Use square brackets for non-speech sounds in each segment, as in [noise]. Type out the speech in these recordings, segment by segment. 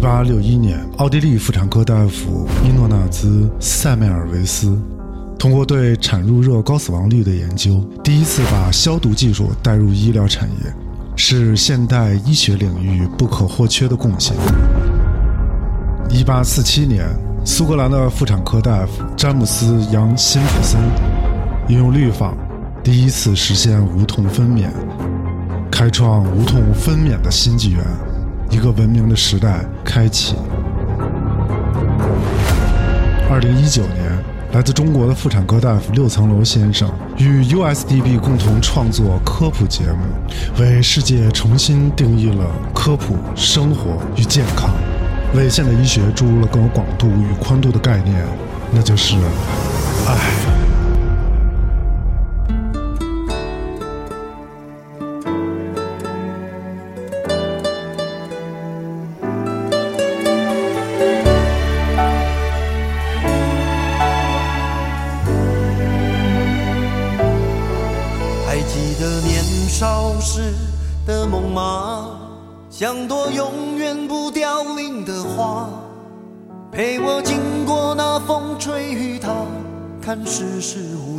八六一年，奥地利妇产科大夫伊诺纳兹·塞梅尔维斯通过对产褥热高死亡率的研究，第一次把消毒技术带入医疗产业，是现代医学领域不可或缺的贡献。一八四七年，苏格兰的妇产科大夫詹姆斯·杨辛普森引用律法，第一次实现无痛分娩，开创无痛分娩的新纪元，一个文明的时代开启。二零一九年，来自中国的妇产科大夫六层楼先生与 USDB 共同创作科普节目，为世界重新定义了科普、生活与健康，为现代医学注入了更有广度与宽度的概念，那就是爱。还记得年少时的梦吗？像朵永远不凋零的花，陪我经过那风吹雨打，看世事无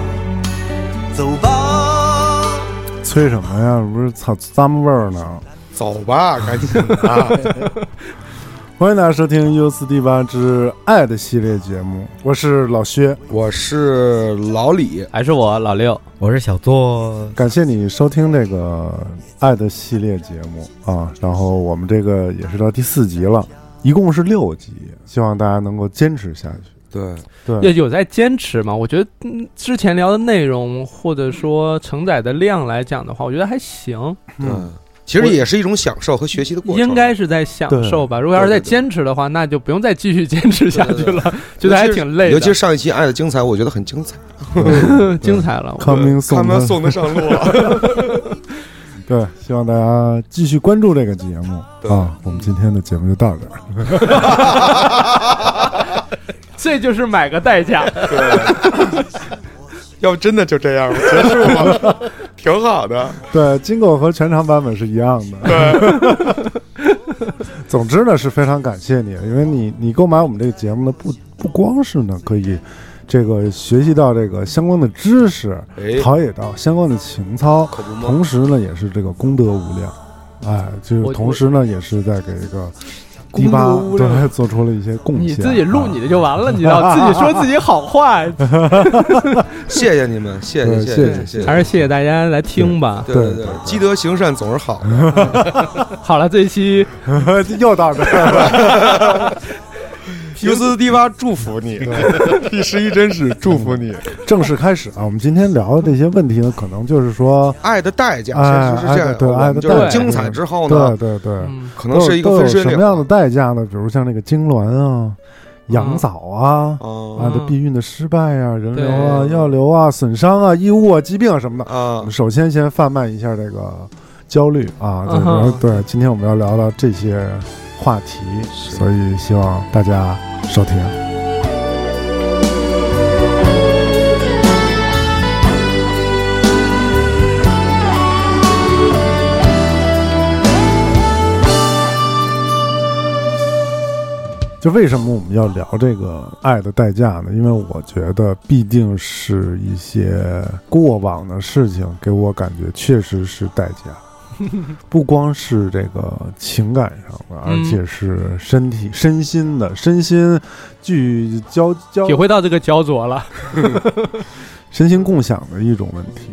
走吧，催什么呀？不是操脏味儿呢？走吧，赶 [laughs] 紧的。欢迎大家收听 U 四 D 八之爱的系列节目，我是老薛，我是老李，还是我老六，我是小作，感谢你收听这个爱的系列节目啊。然后我们这个也是到第四集了，一共是六集，希望大家能够坚持下去。对，也对，有在坚持嘛。我觉得嗯之前聊的内容或者说承载的量来讲的话，我觉得还行，嗯，其实也是一种享受和学习的过程。应该是在享受吧。如果要是在坚持的话，那就不用再继续坚持下去了， [laughs] 觉得还挺累的，尤 [laughs] 其是嗯上一期《爱的精彩》，我觉得很 [laughs] 精彩。是精彩了。康明送的送得上路啊 [laughs] 了。对，希望大家继续关注这个节目对啊。我们今天的节目就到这儿。这就是买个 [laughs] 代价。啊要不真的就这样吧，结束吧， [laughs] 挺好的。 [laughs] 对，金狗和全长版本是一样的。对， [laughs] 总之呢是非常感谢你，因为你你购买我们这个节目呢，不不光是呢可以这个学习到这个相关的知识，哎，陶冶到相关的情操，可不嘛。同时呢也是这个功德无量。哎，就是我同时呢也是在给这个功迪德吧无量对做出了一些贡献。你自己录啊你的就完了，你 [laughs] 知道，自己说自己好话，谢谢你们，谢谢，对谢谢谢谢，谢还谢。是谢谢大家来听吧。对对对对对，嗯积德行善总是好的。好了，这一期 [laughs] 又到这儿了，尤斯蒂发祝福你，第 [laughs] 十一真是祝福你。正式开始啊！我们今天聊的这些问题呢，可能就是说，爱的代价哎，其实是这爱的样。对我爱们的就代是价精彩之后呢对，对对，嗯可能是一个都有分水都有岭什么。样的代价呢？比如像那个痉挛嗯啊、羊枣啊、啊啊的避孕的失败啊、人流啊、对药流啊、损伤啊、异物啊、疾病啊什么的。啊我们！首先先贩卖一下这个焦虑啊，就是嗯哼说对，今天我们要聊聊这些话题，所以希望大家收听。就为什么我们要聊这个爱的代价呢？因为我觉得必定是一些过往的事情给我感觉确实是代 [laughs] 价，不光是这个情感上的，而嗯且是身体、身心的，身心具交交体会到这个焦灼了。身心共享的一种问题。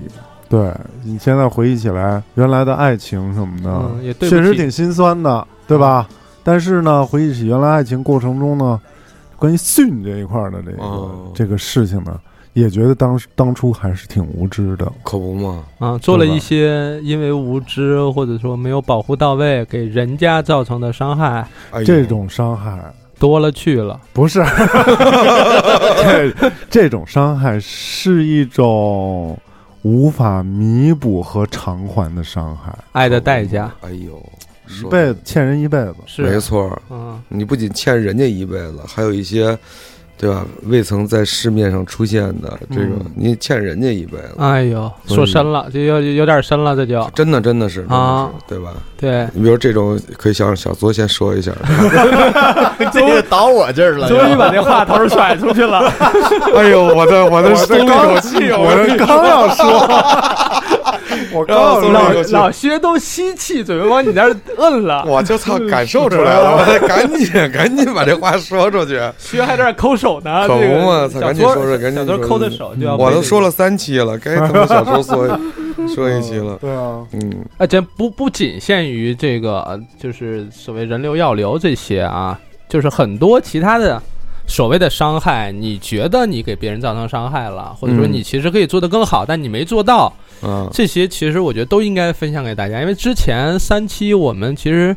对你现在回忆起来，原来的爱情什么的，嗯也对不确起实挺心酸的，对吧？但是呢，回忆起原来爱情过程中呢，关于性这一块儿的这个、哦这个事情呢，也觉得当时当初还是挺无知的。可不嘛，啊，做了对吧一些因为无知或者说没有保护到位，给人家造成的伤害。哎呦这种伤害多了去了。不是， [laughs] 这这种伤害是一种无法弥补和偿还的伤害，爱的代价哎呦，一说辈得子欠人一辈子。没是，错儿，嗯，你不仅欠人家一辈子，还有一些，对吧？未曾在市面上出现的这个，嗯你欠人家一辈子，哎呦，所以说深了，这有有点深了，这就真的真的是，真的是啊对吧？对。你比如这种，可以想让小左先说一下，啊这个倒我这儿了，终于把这话头甩出去了，哎呦，我的我的松了一 [laughs] 口气，我这刚要说，我刚要松了老一口说，气，老薛都吸气，准备往你那儿摁了，我就操，感受出来 [laughs] 了。我赶紧赶紧把这话说出去。薛还在那儿抠手呢。可不这个嘛小啊赶紧托说说赶紧小托说抠的说手就要我被都这说个了三期了，该他妈小说 [laughs] 说说一期了。对啊，嗯，啊，这不不仅限于这个，呃就是所谓人流、药流这些啊，就是很多其他的所谓的伤害，你觉得你给别人造成伤害了，或者说嗯你其实可以做得更好，但你没做到，啊，这些其实我觉得都应该分享给大家，因为之前三期我们其实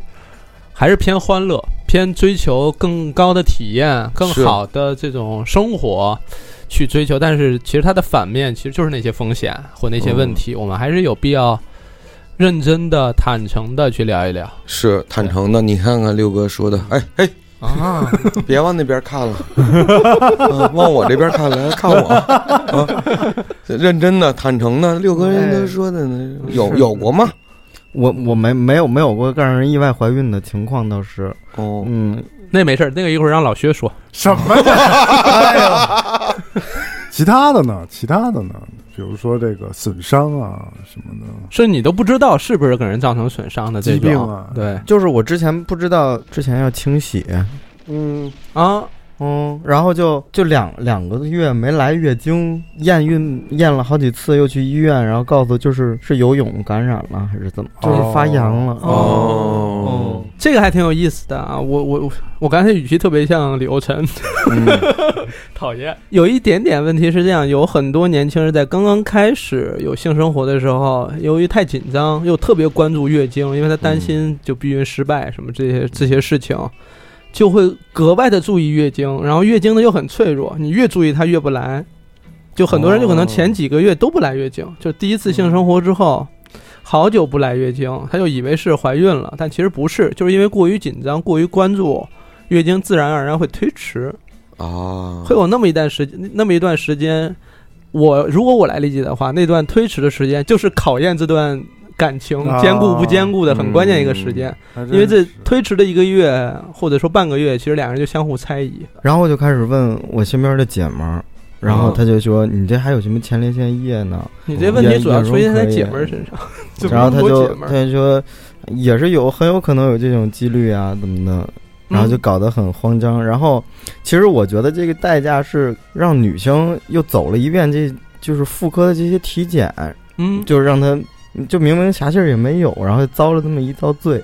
还是偏欢乐，偏追求更高的体验、更是好的这种生活去追求，但是其实它的反面其实就是那些风险或那些问题，我们还是有必要认真的、坦诚的去聊一聊嗯是坦诚的，你看看六哥说的，哎哎，啊。 [laughs] 别往那边看了， [laughs] 啊往我这边看，来看我，啊，认真的、坦诚的，六哥人都说的呢，哎有有过吗？我我没没有没有过让人意外怀孕的情况倒是，哦，嗯，那没事儿，那个一会儿让老薛说。什么呀？哎呀其他的呢？其他的呢？比如说这个损伤啊什么的，嗯是你都不知道是不是给人造成损伤的这疾种，病啊对就是我之前不知道之前要清洗，嗯，啊，嗯，然后就就两两个月没来月经，验孕验了好几次，又去医院，然后告诉就是是游泳感染了还是怎么，哦就是发炎了。哦，这个还挺有意思的啊！我我我我刚才语气特别像李欧晨，嗯 [laughs] 讨厌。有一点点问题是这样，有很多年轻人在刚刚开始有性生活的时候，由于太紧张，又特别关注月经，因为他担心就避孕失败什么这些这些事情，就会格外的注意月经。然后月经呢又很脆弱，你越注意它越不来，就很多人就可能前几个月都不来月经，就第一次性生活之后。好久不来月经，她就以为是怀孕了，但其实不是，就是因为过于紧张、过于关注，月经自然而然会推迟，啊，会有那么一段时那么一段时间。我如果我来理解的话，那段推迟的时间就是考验这段感情啊坚固不坚固的很关键一个时间，嗯因为这推迟的一个月或者说半个月，其实两个人就相互猜疑。然后我就开始问我身边的姐们儿，然后她就说：“你这还有什么前列腺液呢你这问题主要出现在也也姐们儿身上，？” [laughs] 就然后她很多姐就们她儿，就说：“也是有很有可能有这种几率啊，怎么的。”然后嗯就搞得很慌张。然后其实我觉得这个代价是让女生又走了一遍这就是妇科的这些体检，嗯，就是让她就明明啥事儿也没有，然后遭了这么一遭罪。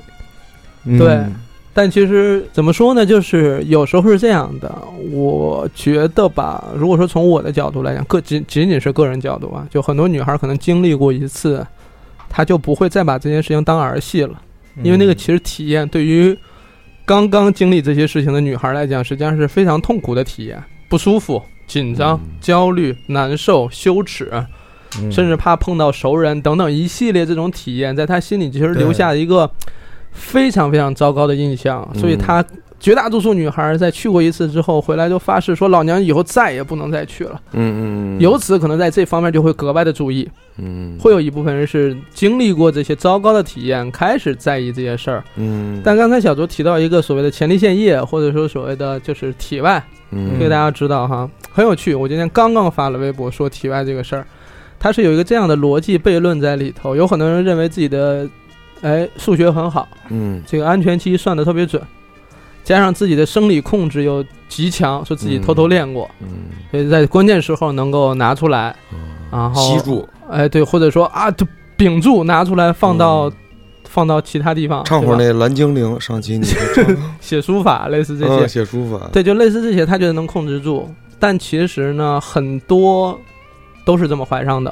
嗯对但其实怎么说呢，就是有时候是这样的，我觉得吧，如果说从我的角度来讲，个仅仅仅是个人角度啊，就很多女孩可能经历过一次，她就不会再把这件事情当儿戏了，因为那个其实体验对于刚刚经历这些事情的女孩来讲，实际上是非常痛苦的体验，不舒服、紧张、焦虑、难受、羞耻，嗯甚至怕碰到熟人等等一系列这种体验，在他心里其实留下一个非常非常糟糕的印象，嗯所以他绝大多数女孩在去过一次之后回来就发誓说：“老娘以后再也不能再去了。”嗯嗯，由此可能在这方面就会格外的注意，嗯会有一部分人是经历过这些糟糕的体验，开始在意这些事儿。嗯，但刚才小卓提到一个所谓的前列腺液，或者说所谓的就是体外，嗯这个大家知道哈，很有趣。我今天刚刚发了微博说体外这个事儿，它是有一个这样的逻辑悖论在里头。有很多人认为自己的，哎，数学很好，嗯这个安全期算的特别准，加上自己的生理控制又极强，说自己偷偷练过，嗯，所以在关键时候能够拿出来，然后吸，住，哎，对，或者说啊，就屏住拿出来放到、放到其他地方，嗯唱会对儿吧那蓝精灵，上期你唱写书法，类似这些嗯，写书法，对，就类似这些，他觉得能控制住，但其实呢，很多都是这么怀上的。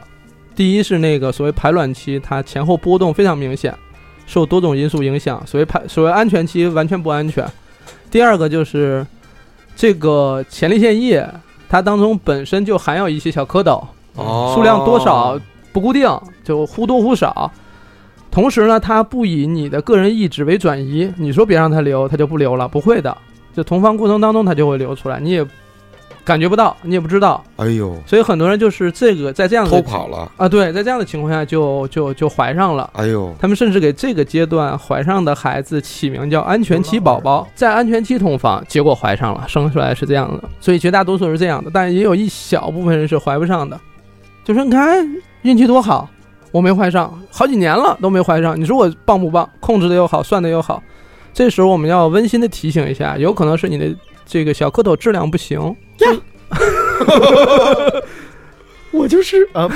第一是那个所谓排卵期，它前后波动非常明显，受多种因素影响，所谓排所谓安全期完全不安全。第二个就是这个前列腺液它当中本身就含有一些小蝌蚪， [laughs] 哦，数量多少不固定，就忽多忽少。同时呢，它不以你的个人意志为转移，你说别让它流，它就不流了，不会的。就同房过程当中，它就会流出来，你也感觉不到，你也不知道。哎呦，所以很多人就是这个在这样的偷跑了，啊，对，在这样的情况下就就就怀上了。哎 [laughs] 呦，他们甚至给这个阶段怀上的孩子起名叫安全期宝宝，在安全期同房，结果怀上了，生出来是这样的，所以绝大多数是这样的，但也有一小部分人是怀不上的。就说你看运气多好，我没怀上，好几年了都没怀上，你说我棒不棒？控制的又好，算的又好。这时候我们要温馨的提醒一下，有可能是你的这个小蝌蚪质量不行，我就是啊，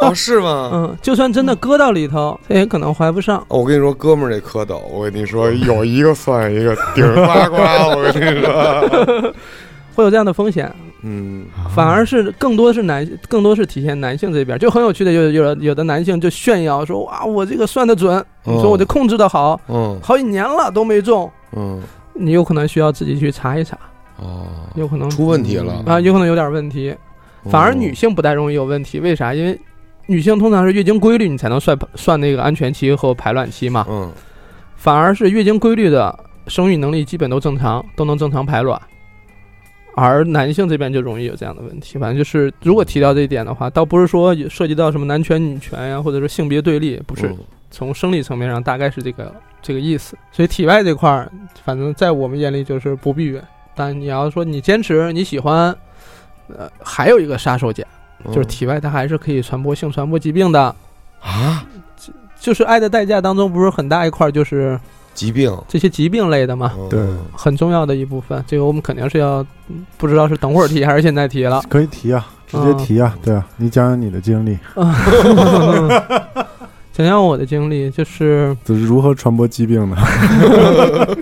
哦是吗？嗯，就算真的搁到里头，它也可能怀不上。哦我跟你说，哥们儿这蝌蚪，我跟你说，有一个算一个，顶儿呱呱，我跟你说， [laughs] 会有这样的风险，嗯，反而是更多是男，更多是体现男性这边，就很有趣的，有有有的男性就炫耀说哇，我这个算的准，嗯说我这控制的好，嗯好几年了都没中，嗯，你有可能需要自己去查一查，哦，有可能出哦问题了，嗯啊，有可能有点问题，反而女性不太容易有问题，为啥？因为女性通常是月经规律，你才能算算那个安全期和排卵期嘛，嗯，反而是月经规律的生育能力基本都正常，都能正常排卵。而男性这边就容易有这样的问题，反正就是如果提到这一点的话，倒不是说有涉及到什么男权、女权呀、或者说性别对立，不不是从生理层面上大概是这个这个意思。所以体外这块儿，反正在我们眼里就是不避孕。但你要说你坚持你喜欢，呃，还有一个杀手锏嗯就是体外，它还是可以传播性传播疾病的。啊，就是《爱的代价》当中不是很大一块儿就是疾病，这些疾病类的嘛，嗯对很重要的一部分。这个我们肯定是要，嗯不知道是等会儿提还是现在提了。可以提啊，直接提啊，嗯对啊，你讲讲你的经历，讲讲我的经历，就是就是如何传播疾病的，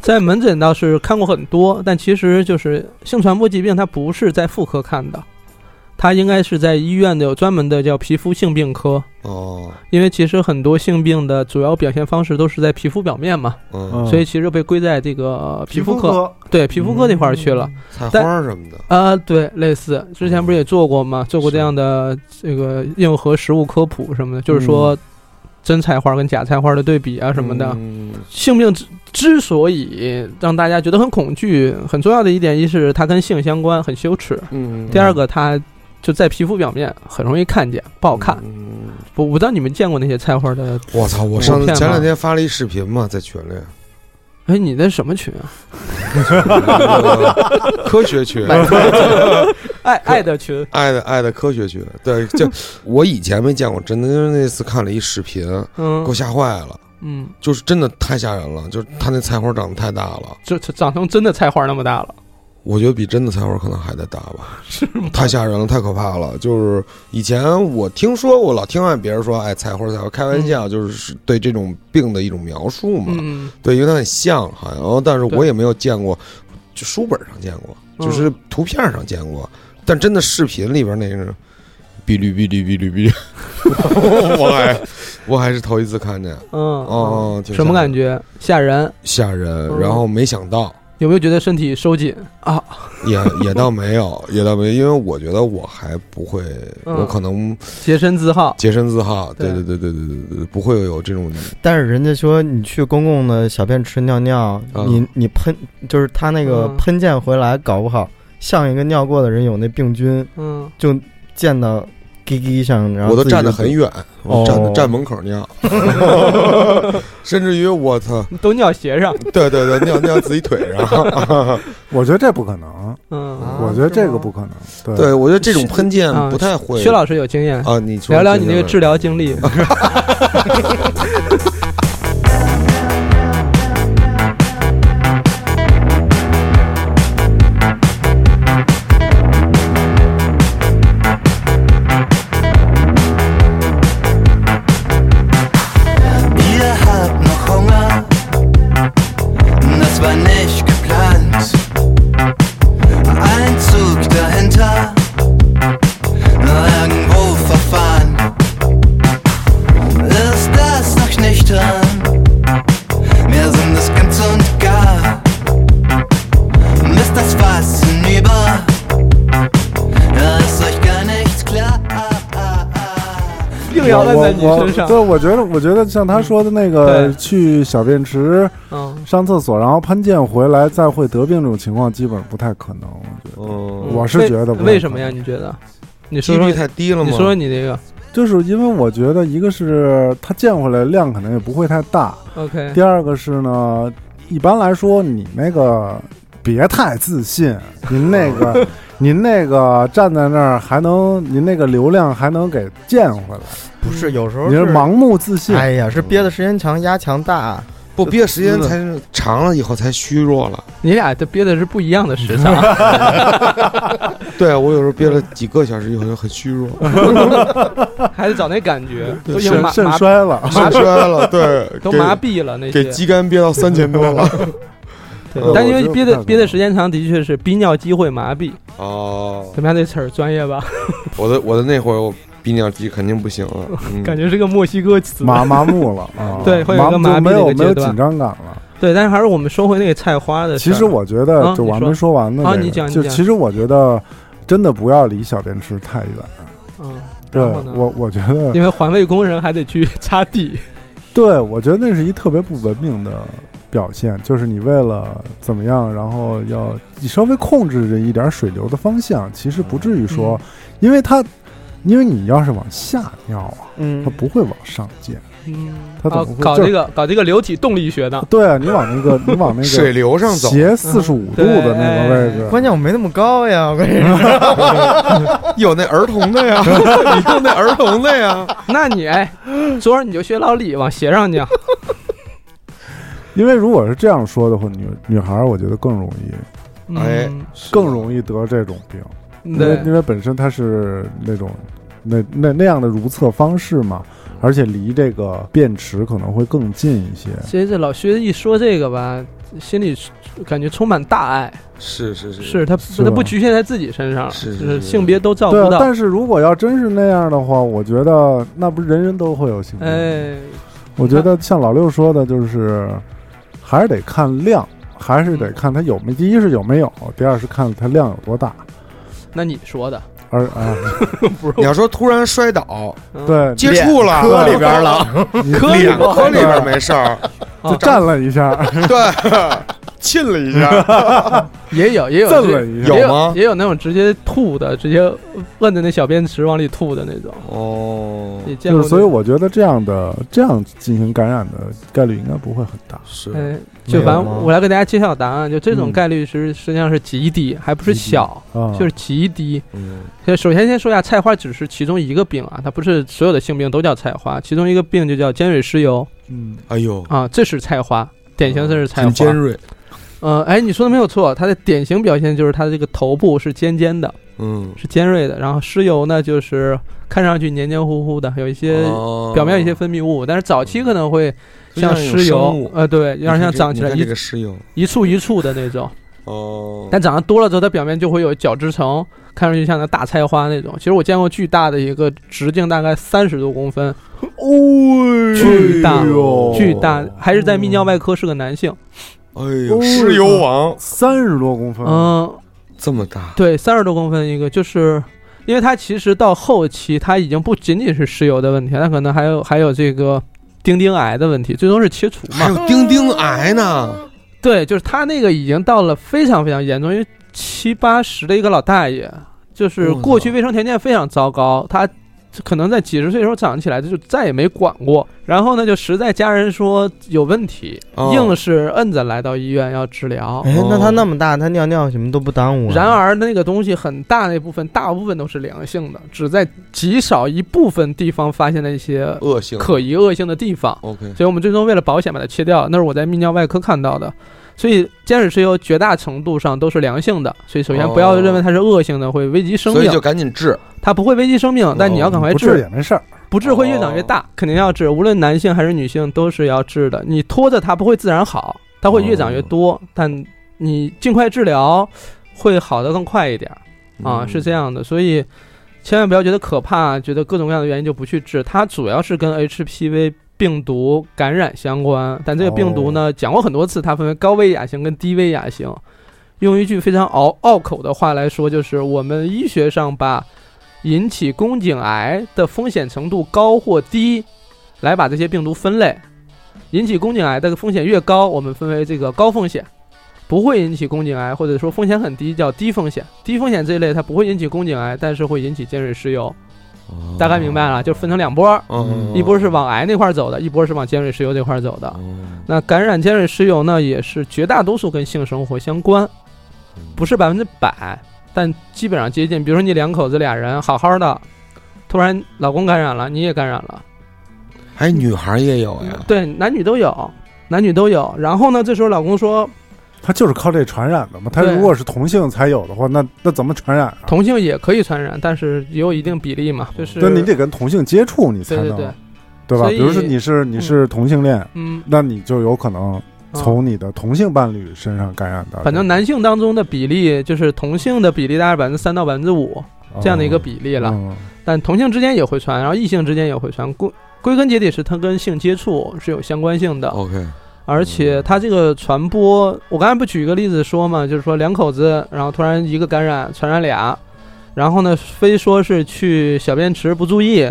在门诊倒是看过很多，但其实就是性传播疾病，它不是在妇科看的，它应该是在医院的有专门的叫皮肤性病科，哦，因为其实很多性病的主要表现方式都是在皮肤表面嘛，嗯，嗯所以其实被归在这个哦皮肤科，科对皮肤科这块儿去了。菜花什么的，啊，对，类似之前不是也做过嗯吗？做过这样的这个硬核食物科普什么的，就是说真菜花跟假菜花的对比啊什么的。嗯性病之之所以让大家觉得很恐惧，很重要的一点，一是它跟性相关，很羞耻；嗯，第二个，它就在皮肤表面很容易看见，不好看。嗯我我不知道你们见过那些菜花的，我操！我上次图片吗前两天发了一视频嘛，在群 [laughs] 里，哎，你那什么群啊？科学群，买 [laughs] [laughs] 爱爱的群，爱的爱的科学群，对， [laughs] 就我以前没见过，真的就是那次看了一视频，给嗯我吓坏了，嗯，就是真的太吓人了，就是他那菜花长得太大了，就就长成真的菜花那么大了，我觉得比真的菜花可能还得大吧，是太吓人了，太可怕了。就是以前我听说过，老听见别人说，哎，菜花菜花，开玩笑，就是对这种病的一种描述嘛，嗯，对，因为它很像，好像，但是对我也没有见过，就书本上见过，嗯就是图片上见过，但真的视频里边那个哔哩哔哩哔哩哔哩， [laughs] 我还我还是头一次看见，嗯嗯，哦，挺什么吓感觉？吓人。吓人，嗯然后没想到。有没有觉得身体收紧啊？也也倒没有，也倒没有，因为我觉得我还不会，嗯我可能洁身自好，洁身自好，对对对对对对对对，不会有这种但是人家说你去公共的小便池尿尿，嗯你你喷就是他那个嗯喷溅回来，搞不好像一个尿过的人有那病菌，嗯，就溅到滴滴上，然后我都自己站得就很远，哦我站站门口尿， [laughs] 甚至于我操，都尿鞋上，对对对，尿尿自己腿上， [laughs] [laughs] 我觉得这不可能，嗯，我觉得这个不可能，对对我觉得这种喷溅啊不太会。薛老师有经验，啊，你说聊聊你那个治疗经历。 Ihr habt noch Hunger, das war nicht geplant. Ein Zug dahinter, irgendwo verfahren. Ist das noch nicht 聊的我在你我身上对，我觉得，我觉得像他说的那对个去小便池嗯，上厕所，然后喷溅回来再会得病这种情况，基本不太可能。我觉得嗯，我是为觉得不太为什么可呀？能你觉得？你说几说率，太低了你吗？说说你这个就是因为我觉得，一个是它溅回来量可能也不会太大， ，OK，第二个是呢，一般来说你那个别太自 [laughs] 信，您那个您那个站在那儿还能，您那个流量还能给溅回来，不是有时候你是盲目自信。哎呀，是憋的时间长，压强大。不憋时间才嗯长了以后才虚弱了。你俩这憋的是不一样的时长。对我有时候憋了几个小时以后就很虚弱，嗯还得找那感觉，都已经肾麻肾麻衰了，肾衰了，对，都给麻痹了那给些。肌酐憋到三千多了。 [laughs] 对呃但因我觉得为憋不太的可憋的能时间长，的确是逼尿机会麻痹。哦，咱们家那词儿专业吧，我的我的那会儿我逼尿机肯定不行了，嗯感觉是个墨西哥词。！麻麻木了啊 [laughs] 对会有一麻个就麻痹没的一有个没阶有段紧张感了。对，但是还是我们说回那个菜花的事其儿。实我觉啊得，就我你还说没说完呢。啊这个你讲你就讲其实我觉得，真的不要离小便池太远。嗯，对然后呢我，我觉得，因为环卫工人还得去 [laughs] 擦地。对，我觉得那是一特别不文明的表现，就是你为了怎么样，然后要你稍微控制着一点水流的方向，其实不至于嗯说，因为它，因为你要是往下尿啊，嗯它不会往上溅。嗯，他怎哦么会搞就是这个搞这个流体动力 [laughs] 学呢？对啊，你往那个你往那嗯水个流上走，嗯斜四十五度的那个位置，关键我没那么高呀，我跟你说。有那儿童的呀，你用那儿童的呀， [laughs] 那你哎，昨儿你就学老李往鞋上尿。因为如果是这样说的话，女女孩儿我觉得更容易嗯哎，更容易得这种病，因为对因为本身它是那种那那那样的如厕方式嘛，而且离这个便池可能会更近一些。其实这老薛一说这个吧，心里感觉充满大爱，是是是是他是他吧不局限在自己身上，是就是是是性别都照对顾啊，到。但是如果要真是那样的话，我觉得那不是人人都会有性病。哎，我觉得像老六说的，就是还是得看量，还是得看它有没，第一是有没有，第二是看它量有多大。那你说的，而 [laughs] 啊，你要说突然摔倒嗯，对，接触了，磕里边了，你可以脸吗哦磕里边没事儿， [laughs] 就站了一下，对，亲了一下，也有 [laughs] 也有震这了一下有也吗也有那种直接吐的，直接摁着那小便池往里吐的那种，哦，也见就过是那。所以我觉得这样的这样进行感染的概率应该不会很大。是哎，就没有反正吗我来给大家揭晓答案，就这种嗯概率是实际上是极低，还不是极低小，啊，就是极低。嗯所以首先先说一下，菜花只是其中一个病啊，它不是所有的性病都叫菜花，其中一个病就叫尖锐湿疣嗯，哎呦，啊，这是菜花，典型的是菜很嗯尖花。锐，呃，哎，你说的没有错，它的典型表现就是它的这个头部是尖尖的，嗯，是尖锐的，然后湿疣呢就是看上去黏黏糊糊的，有一些哦表面有一些分泌物，但是早期可能会像就像有石生油物，呃，对，你让看像这长起来你看一这个石油，一簇一簇的那种，哦，但长得多了之后，它表面就会有角质层，看上去像那大菜花那种。其实我见过巨大的一个，直径大概三十多公分，哎哦，巨大哎呦巨大，还是在泌尿外科是个男性。哎哦呦，石油王三十多公分，嗯，这么大，对，三十多公分一个，就是因为它其实到后期，它已经不仅仅是石油的问题，它可能还有还有这个丁丁癌的问题，最终是切除还嘛。有丁丁癌呢，对，就是他那个已经到了非常非常严重，因为七八十的一个老大爷，就是我操过去卫生条件非常糟糕，他可能在几十岁的时候长起来，就再也没管过。然后呢，就实在家人说有问题，哦硬是摁着来到医院要治疗。哎，那他那么大，他尿尿什么都不耽误啊。哦然而，那个东西很大那部分，大部分都是良性的，只在极少一部分地方发现了一些哦恶性可疑恶性的地方。 ，OK，所以我们最终为了保险把它切掉。那是我在泌尿外科看到的，所以尖锐湿疣绝大程度上都是良性的。所以首先哦不要认为它是恶性的，会危及生所以命就。哦赶紧治，它不会危及生命，但你要赶快不治，也没事儿。不治会越哦长越大，肯定要治。无论男性还是女性都是要治的。你拖着它不会自然好，它会越长哦越多，但你尽快治疗会好的更快一点。嗯啊，是这样的，所以千万不要觉得可怕，觉得各种各样的原因就不去治。它主要是跟 HPV 病毒感染相关，但这个病毒呢，讲过很多次，它分为高危亚型跟低危亚型。用一句非常拗拗口的话来说，就是我们医学上把引起宫颈癌的风险程度高或低，来把这些病毒分类。引起宫颈癌的风险越高，我们分为这个高风险，不会引起宫颈癌，或者说风险很低，叫低风险。低风险这一类它不会引起宫颈癌，但是会引起尖锐湿疣。哦大概明白了，就分成两波，嗯，一波是往癌那块儿走的，一波是往尖锐湿疣这块儿走的。嗯，那感染尖锐湿疣呢，也是绝大多数跟性生活相关，不是百分之百，但基本上接近。比如说你两口子俩人好好的，突然老公感染了，你也感染了，还哎女孩也有哦呀，对，男女都有，男女都有。然后呢，这时候老公说他就是靠这传染的嘛。他对如果是同性才有的话，那那怎么传染啊？同性也可以传染，但是也有一定比例嘛，就是那你得跟同性接触，你才对能对对，对吧？所以比如说你是你是同性恋，嗯，那你就有可能啊从你的同性伴侣身上感染到。反正男性当中的比例就是同性的比例大概百分之三到百分之五这样的一个比例例了。哦嗯但同性之间也会传，然后异性之间也会传。归归根结底是它跟性接触是有相关性哦的， OK，而且它这个传播，我刚才不举一个例子说嘛，就是说两口子，然后突然一个感染，传染俩，然后呢，非说是去小便池不注意，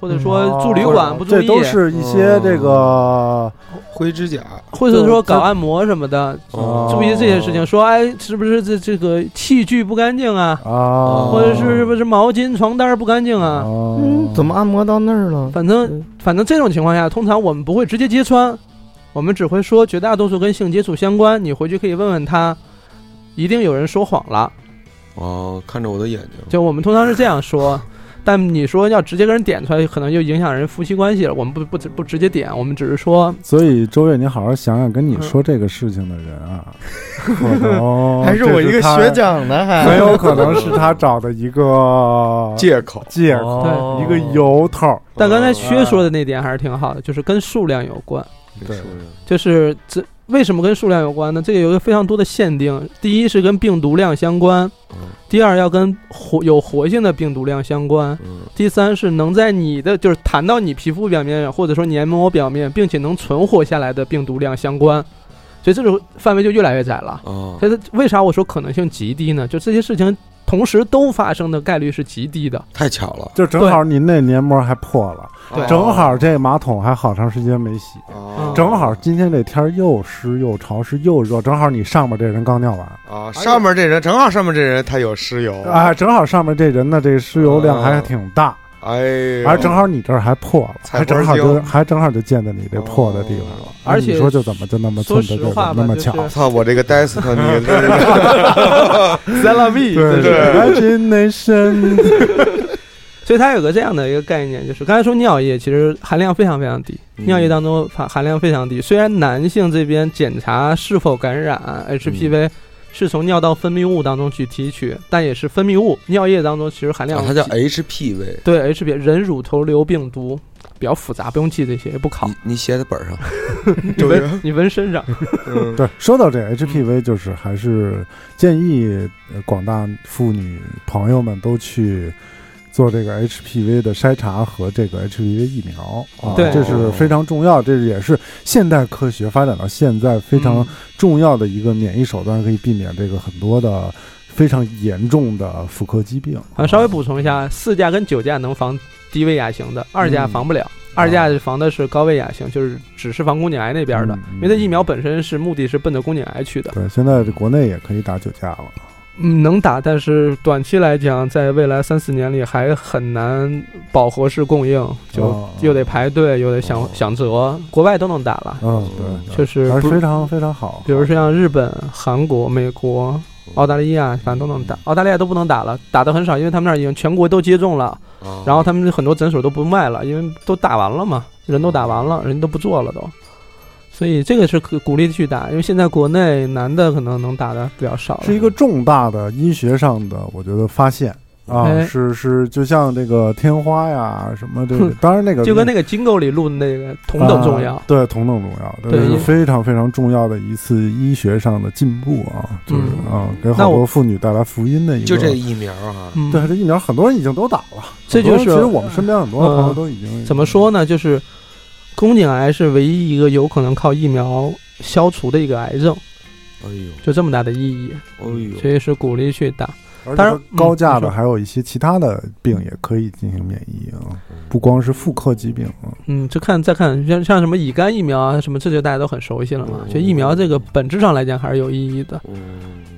或者说呃住旅馆不注哦这意，都是一些这个灰指甲，或者说搞按摩什么的，呃哦嗯注意这些事情，说哎，是不是这这个器具不干净啊，啊，或者是是不是毛巾、床单不干净啊？哦嗯，怎么按摩到那儿了？反正嗯反正这种情况下，通常我们不会直接揭穿，我们只会说绝大多数跟性接触相关。你回去可以问问他，一定有人说谎了。哦，看着我的眼睛，就我们通常是这样说，但你说要直接跟人点出来，可能就影响人夫妻关系了。我们不不不直接点，我们只是说所以周越，你好好想想，跟你说这个事情的人啊，可能还哦是我一个学，长呢，这是他还 [laughs] 很有可能是他找的一个借口，借口，哦一个由头。但刚才薛说的那点还是挺好的，就是跟数量有关。对，就是这为什么跟数量有关呢？这个有一个非常多的限定，第一是跟病毒量相关嗯，第二要跟活有活性的病毒量相关，嗯第三是能在你的就是弹到你皮肤表面或者说黏膜表面，并且能存活下来的病毒量相关，所以这种范围就越来越窄了。哦，所以它为啥我说可能性极低呢？就这些事情同时都发生的概率是极低的。太巧了，就正好您那黏膜还破了，对正好这马桶还好长时间没洗，哦，嗯正好今天这天儿又湿又潮湿又热，正好你上面这人刚尿完，啊，上面这人正好上面这人他有湿疣，啊，正好上面这人的这湿油量还挺大，哎呦，哦而正好你这儿还破了，踩还正好波儿就钉还正好就溅在你这破的地方了。哦而且你说就怎么就那么说寸的实就话那吧，么就是巧？操，我这个 destiny 真是三拉 B，对对，imagination， [laughs] 所以它有个这样的一个概念，就是刚才说尿液其实含量非常非常低，嗯 [laughs] 尿液当中含含量非常低。虽然男性这边检查是否感染 HPV 是从尿道分泌物当中去提取，但也是分泌物，尿液当中其实含量啊，极、他叫 HPV，对 HPV 人乳头瘤病毒。比较复杂，不用记这些，也不考你。你写在本上，你 [laughs] 纹你纹身上，嗯对，说到这 HPV，就是嗯还是建议呃广大妇女朋友们都去做这个 HPV 的筛查和这个 HPV 疫苗啊，对这是非常重要，这也是现代科学发展到现在 [laughs] 非常嗯重要的一个免疫手段，可以避免这个很多的非常严重的妇科疾病。啊，稍微补充一下，四价跟九价能防低位亚型的，二价嗯防不了。二价防的是高位亚型，就是只是防宫颈癌那边的嗯，嗯因为它疫苗本身是目的是奔着宫颈癌去的。对，现在这国内也可以打九价了。嗯，能打，但是短期来讲，在未来三四年里还很难饱和式供应，就哦又得排队，又得想、哦想辙。国外都能打了，嗯，对就对，是还是不非常非常好。比如说像日本、韩国、美哦国、澳大利亚，反正都能打。澳大利亚都不能打了，打的很少，因为他们那儿已经全国都接种了，哦然后他们很多诊所都不卖了，因为都打完了嘛，人都打哦完了，人都不做了都。所以这个是可鼓励去打，因为现在国内男的可能能打的比较少了。是一个重大的医学上的，我觉得发现啊，哎是是，就像这个天花呀，什么这个 [laughs] 哼，当然那啊个就跟那个个金狗里录的那个同等重要。呃对，同等重要，这对是因非常非常重要的一次医学上的进步啊，就是嗯啊，给那好我多妇女带来福音的一个。就这疫苗啊，嗯，对，这疫苗很多人已经都打了，这就很多人其实是我们身边很多朋友呃都已经怎么说呢？就是宫颈癌是唯一一个有可能靠疫苗消除的一个癌症，哎呦，就这么大的意义，哎呦，所以是鼓励去打。而当然且高价嗯的你说还有一些其他的病也可以进行免疫啊，不光是妇科疾病啊。嗯，就看再看，像像什么乙肝疫苗啊，什么这就大家都很熟悉了哦嘛。就疫苗这个本质上来讲还是有意义的，嗯，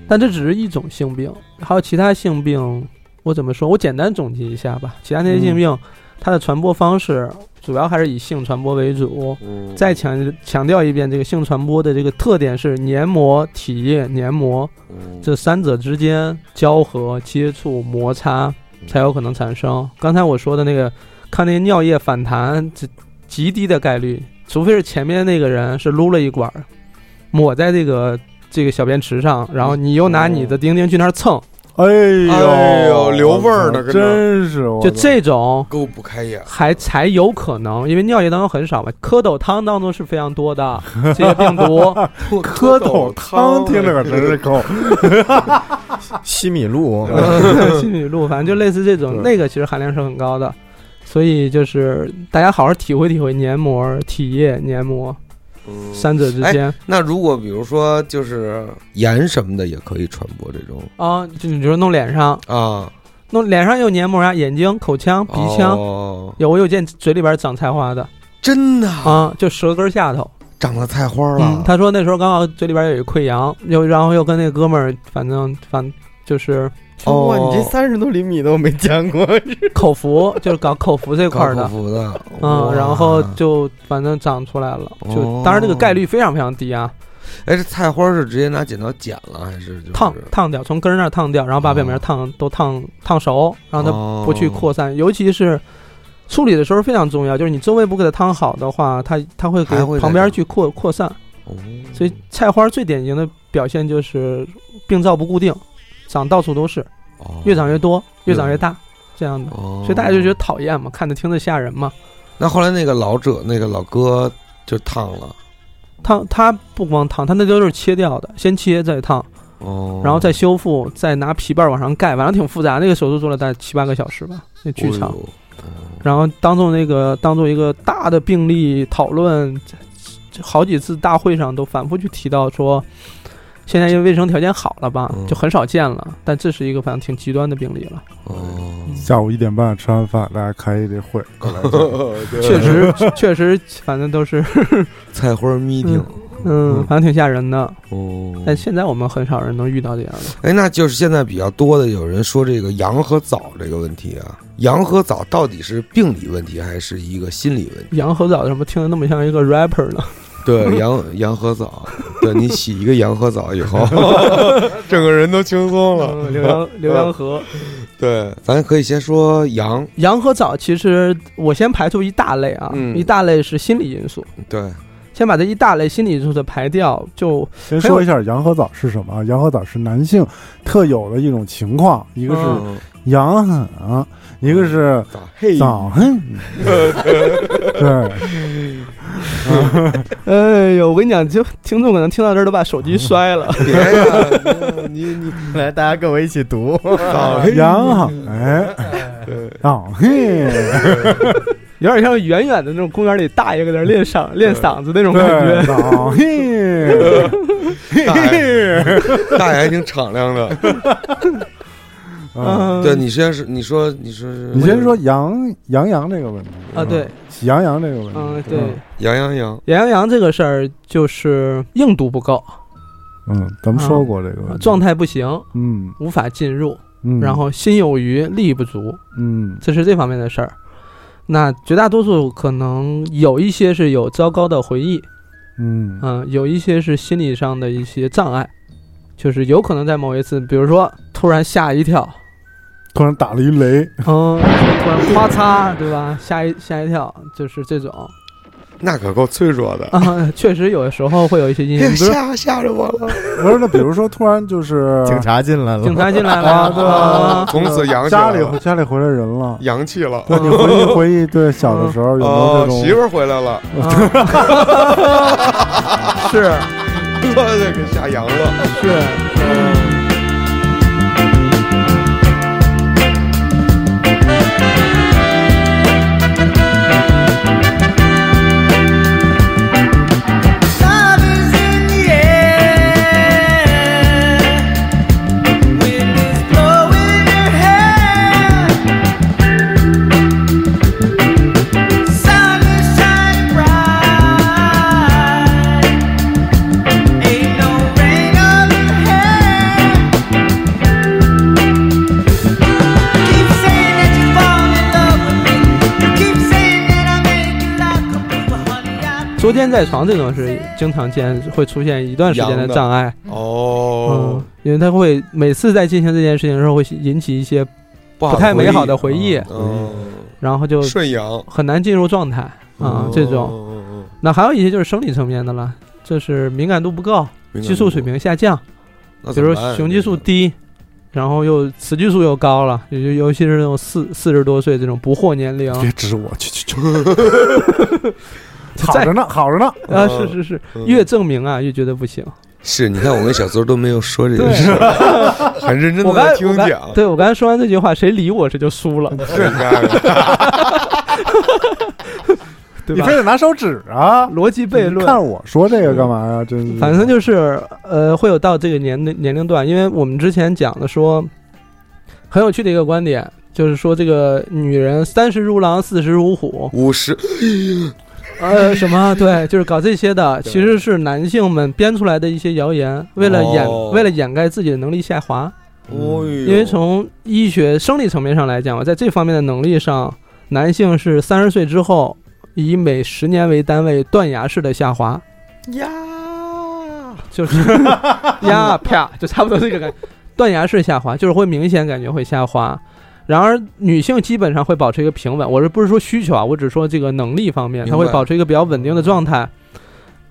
但这只是一种性病，还有其他性病，我怎么说？我简单总结一下吧，其他那些性病，它的传播方式主要还是以性传播为主。再强强调一遍，这个性传播的这个特点是黏膜、体液、黏膜这三者之间交合、接触、摩擦才有可能产生。刚才我说的那个，看那个尿液反弹，这极低的概率，除非是前面那个人是撸了一管儿，抹在这个这个小便池上，然后你又拿你的丁丁去那儿蹭，哎呦，哎呦留味儿呢跟着真是我就 [laughs] 操这种够不开眼，还才有可能，因为尿液当中很少嘛，蝌蚪汤当中是非常多的这些病毒。 [laughs] 蝌蚪汤听着可真是够。 [laughs] 西 [laughs] 米露， [laughs] 西米露，反正就类似这对种，那个其实含量是很高的，所以就是大家好好体会体会黏膜、体液、黏膜嗯三者之间那如果比如说就是盐什么的也可以传播这种啊，就你说弄脸上，啊，弄脸上有黏膜啊，眼睛、口腔、鼻腔，哦有我有见嘴里边长菜花的真的啊啊，就舌根下头。长了菜花嗯了，，他说那时候刚好嘴里边有一溃疡，又然后又跟那哥们儿，反正反就是哇，你这哦三十多厘米的我没见过，口服，就是搞口服这块儿的口。服的，嗯，哇然后就反正长出来了，就哦当然这个概率非常非常低啊，哎，这菜花是直接拿剪刀剪了还是就是哦烫烫掉，从根儿那儿烫掉，然后把表面烫都烫烫熟，让它它不去扩散，尤其是处理的时候非常重要，就是你周围不给它烫好的话，它它会给还会再旁边长去扩扩散，哦所以菜花最典型的表现就是病灶不固定，长到处都是，哦越长越多，越长越嗯大，这样的。哦，所以大家就觉得讨厌嘛，看着听着吓人嘛。那后来那个老者那个老哥就烫了，烫它不光烫，它那都是切掉的，先切再烫，哦，然后再修复，再拿皮瓣儿往上盖，反正挺复杂。那个手术做了大概七八个小时吧，那巨长。哦然后当做那个当做一个大的病例讨论，这这好几次大会上都反复去提到说，现在因为卫生条件好了吧，嗯就很少见了。但这是一个反正挺极端的病例了，呦哦，下午一点半吃完饭，大家开一这会，过来讲确实 [laughs] 确实，反正都是菜花 meeting 嗯，反正挺吓人的。哦，但现在我们很少人能遇到这样的。哎，那就是现在比较多的有人说这个羊和枣这个问题啊，羊和枣到底是病理问题还是一个心理问题？杨和早怎么听着那么像一个 rapper 呢？对， [laughs] 羊羊和枣，对你洗一个羊和枣以后， [laughs] 整个人都轻松了。嗯，刘洋刘洋河。对，咱可以先说羊，羊和枣其实我先排除一大类啊，嗯一大类是心理因素，对，先把这一大类心理因素的排掉，就先说一下羊合枣是什么啊？羊合枣是男性特有的一种情况，一个嗯是嗯哦羊狠啊，一个是枣嘿，枣 [laughs] 狠。对，哎呦，我跟你讲，就听众可能听到这儿都把手机摔 [laughs] 了，别呀，你你来，大家跟我一起读。啊枣嘿， [laughs] 羊狠，哎，枣 [laughs] 嘿，有点像远远的那种公园里大爷搁那儿练嗓练嗓子那种感对，觉。枣 [laughs] 嘿，大爷，大爷还挺敞亮的。嗯， [laughs] 嗯，对，你先是你说你说是，你先说羊羊羊这个问题啊，对，，喜羊羊这个问题，嗯对，羊羊羊，羊羊羊这个事儿就是硬度不够，嗯，咱们说过这个问题啊状，态不行，嗯无法进入，嗯，然后心有余力不足，嗯这是这方面的事儿。那绝大多数可能有一些是有糟糕的回忆，嗯嗯，有一些是心理上的一些障碍，就是有可能在某一次，比如说突然吓一跳，突然打了一雷，嗯，突然咔嚓，对吧？吓一吓一跳，就是这种那可够脆弱的，啊，确实有的时候会有一些阴影，比如 [laughs] 说吓吓着我了。不是，那比如说突然就是 [laughs] 警察进来了，警察进来了，啊，对啊， [laughs] 啊从此扬起家来里了回家里回来人 [laughs] 了。洋气了。对你回忆哦回忆，对小的时候有没有哦这，种？媳妇儿回来了， [laughs] 嗯啊是我这给吓羊了。是， Love is in the air. Wind is blowing 捉奸在床这种是经常见，会出现一段时间的障碍。哦嗯，，因为他会每次在进行这件事情的时候，会引起一些不不太美好的回忆嗯，然后就顺阳嗯很难进入状态哦啊、这种。种那还有一些就是生理层面的了，就是敏感度不够，激素水，平下降，那比怎么如办雄激素低，然后又雌激素又高了，也就尤其是那种四四十多岁这种不惑年龄，别指我，去去 [laughs] 去，好在着呢，好着呢。啊是是是，嗯越证明啊越觉得不行。是你看我跟小邹都没有说这件事，很认真我的刚在才听我刚讲，对我刚才说完这句话，谁理我这就输了，是你看对你吧非？得拿手指啊？逻辑悖你论，看我说这个干嘛呀？真是，反正就是呃，会有到这个年龄年龄段，因为我们之前讲的说，很有趣的一个观点，就是说这个女人三十如狼，四十如虎，五十呃，什么对，就是搞这 [laughs] 些的，其实是男性们编出来的一些谣言，为了掩、哦为了掩盖自己的能力下滑，哦呦，因为从医学生理层面上来讲吧，在这方面的能力上，男性是三十岁之后以每十年为单位断崖式的下滑。呀，就是 [laughs] 呀啪，就差不多这个感觉，断崖式下滑，就是会明显感觉会下滑。然而，女性基本上会保持一个平稳。我是不是说需求啊？我只说这个能力方面，明她白会保持一个比较稳定的状态。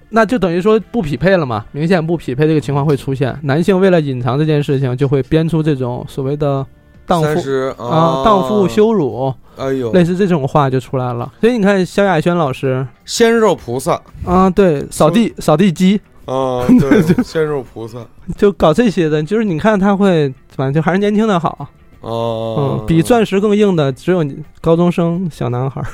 那就等于说不匹配了嘛，明显不匹配这个情况会出现。男性为了隐藏这件事情，就会编出这种所谓的荡三妇十哦啊、荡妇，羞辱，哎呦，类似这种话就出来了。所以你看，萧亚轩老师鲜肉菩萨啊，对，扫地扫地机，啊，[laughs] 嗯对，鲜肉菩萨就搞这些的，就是你看他会，反正就还是年轻的好，哦嗯，，比钻石更硬的只有你高中生小男 [laughs] 孩儿，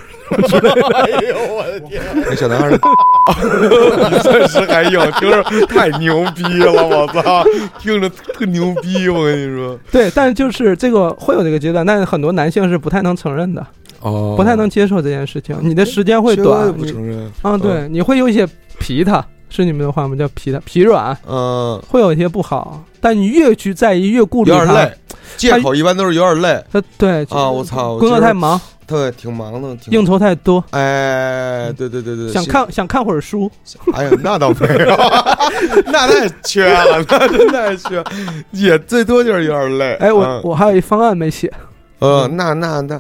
那小男孩儿 [laughs] 比 [laughs] 钻石还硬，听着太牛逼了，我操，听着特牛逼，我跟你 [laughs] 说，对，但就是这个会有这个阶段，但是很多男性是不太能承认的，哦不太能接受这件事情，你的时间会短，不哦你承认，啊，对，你会有一些皮他，是你们的话吗？叫皮他，疲软，嗯，会有一些不好，但你越去在意，越顾有虑点他累，，借口一般都是有点累他对啊，我，操，工作太，忙，对，挺忙的，挺应，酬太多，哎，对对对对，想是，看想看会儿书，哎呀，那倒没有， [laughs] 那太缺了，那真太缺，也最多就是有点累，哎，我嗯我还有一方案没写，呃，那那那，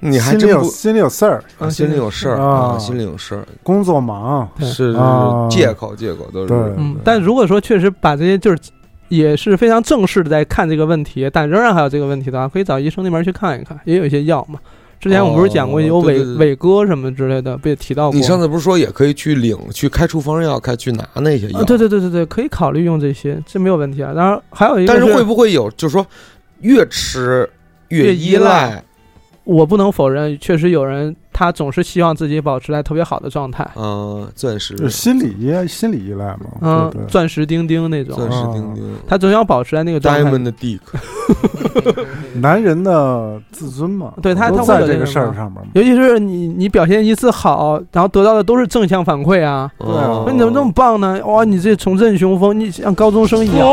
你还心里真有不。心里有事儿，啊，心里有事儿啊啊，心里有事儿，工作忙，对是是啊借口借口都对是。嗯，但如果说确实把这些就是。也是非常正式的在看这个问题，但仍然还有这个问题的话，可以找医生那边去看一看，也有一些药嘛。之前我们不是讲过哦有对伟对对伟哥什么之类的，不也提到过？你上次不是说也可以去领去开处方药，开去拿那些药？啊，对。对对对对，可以考虑用这些，这没有问题啊。当然还有一个，但是会不会有，就是说越吃越依依赖我不能否认，确实有人他总是希望自己保持在特别好的状态，啊？钻石就是心理依心理依赖嘛。嗯对，对钻石钉钉那种啊钻，石钉钉他总想保持在那个状态。 ，Diamond Dick，男人的自尊嘛，对他都他会在有这这个个事儿吗上面嘛。尤其是你你表现一次好，然后得到的都是正向反馈啊，对啊哦说你怎么这么棒呢？哇，你这重振雄风，你像高中生一 [laughs] 样。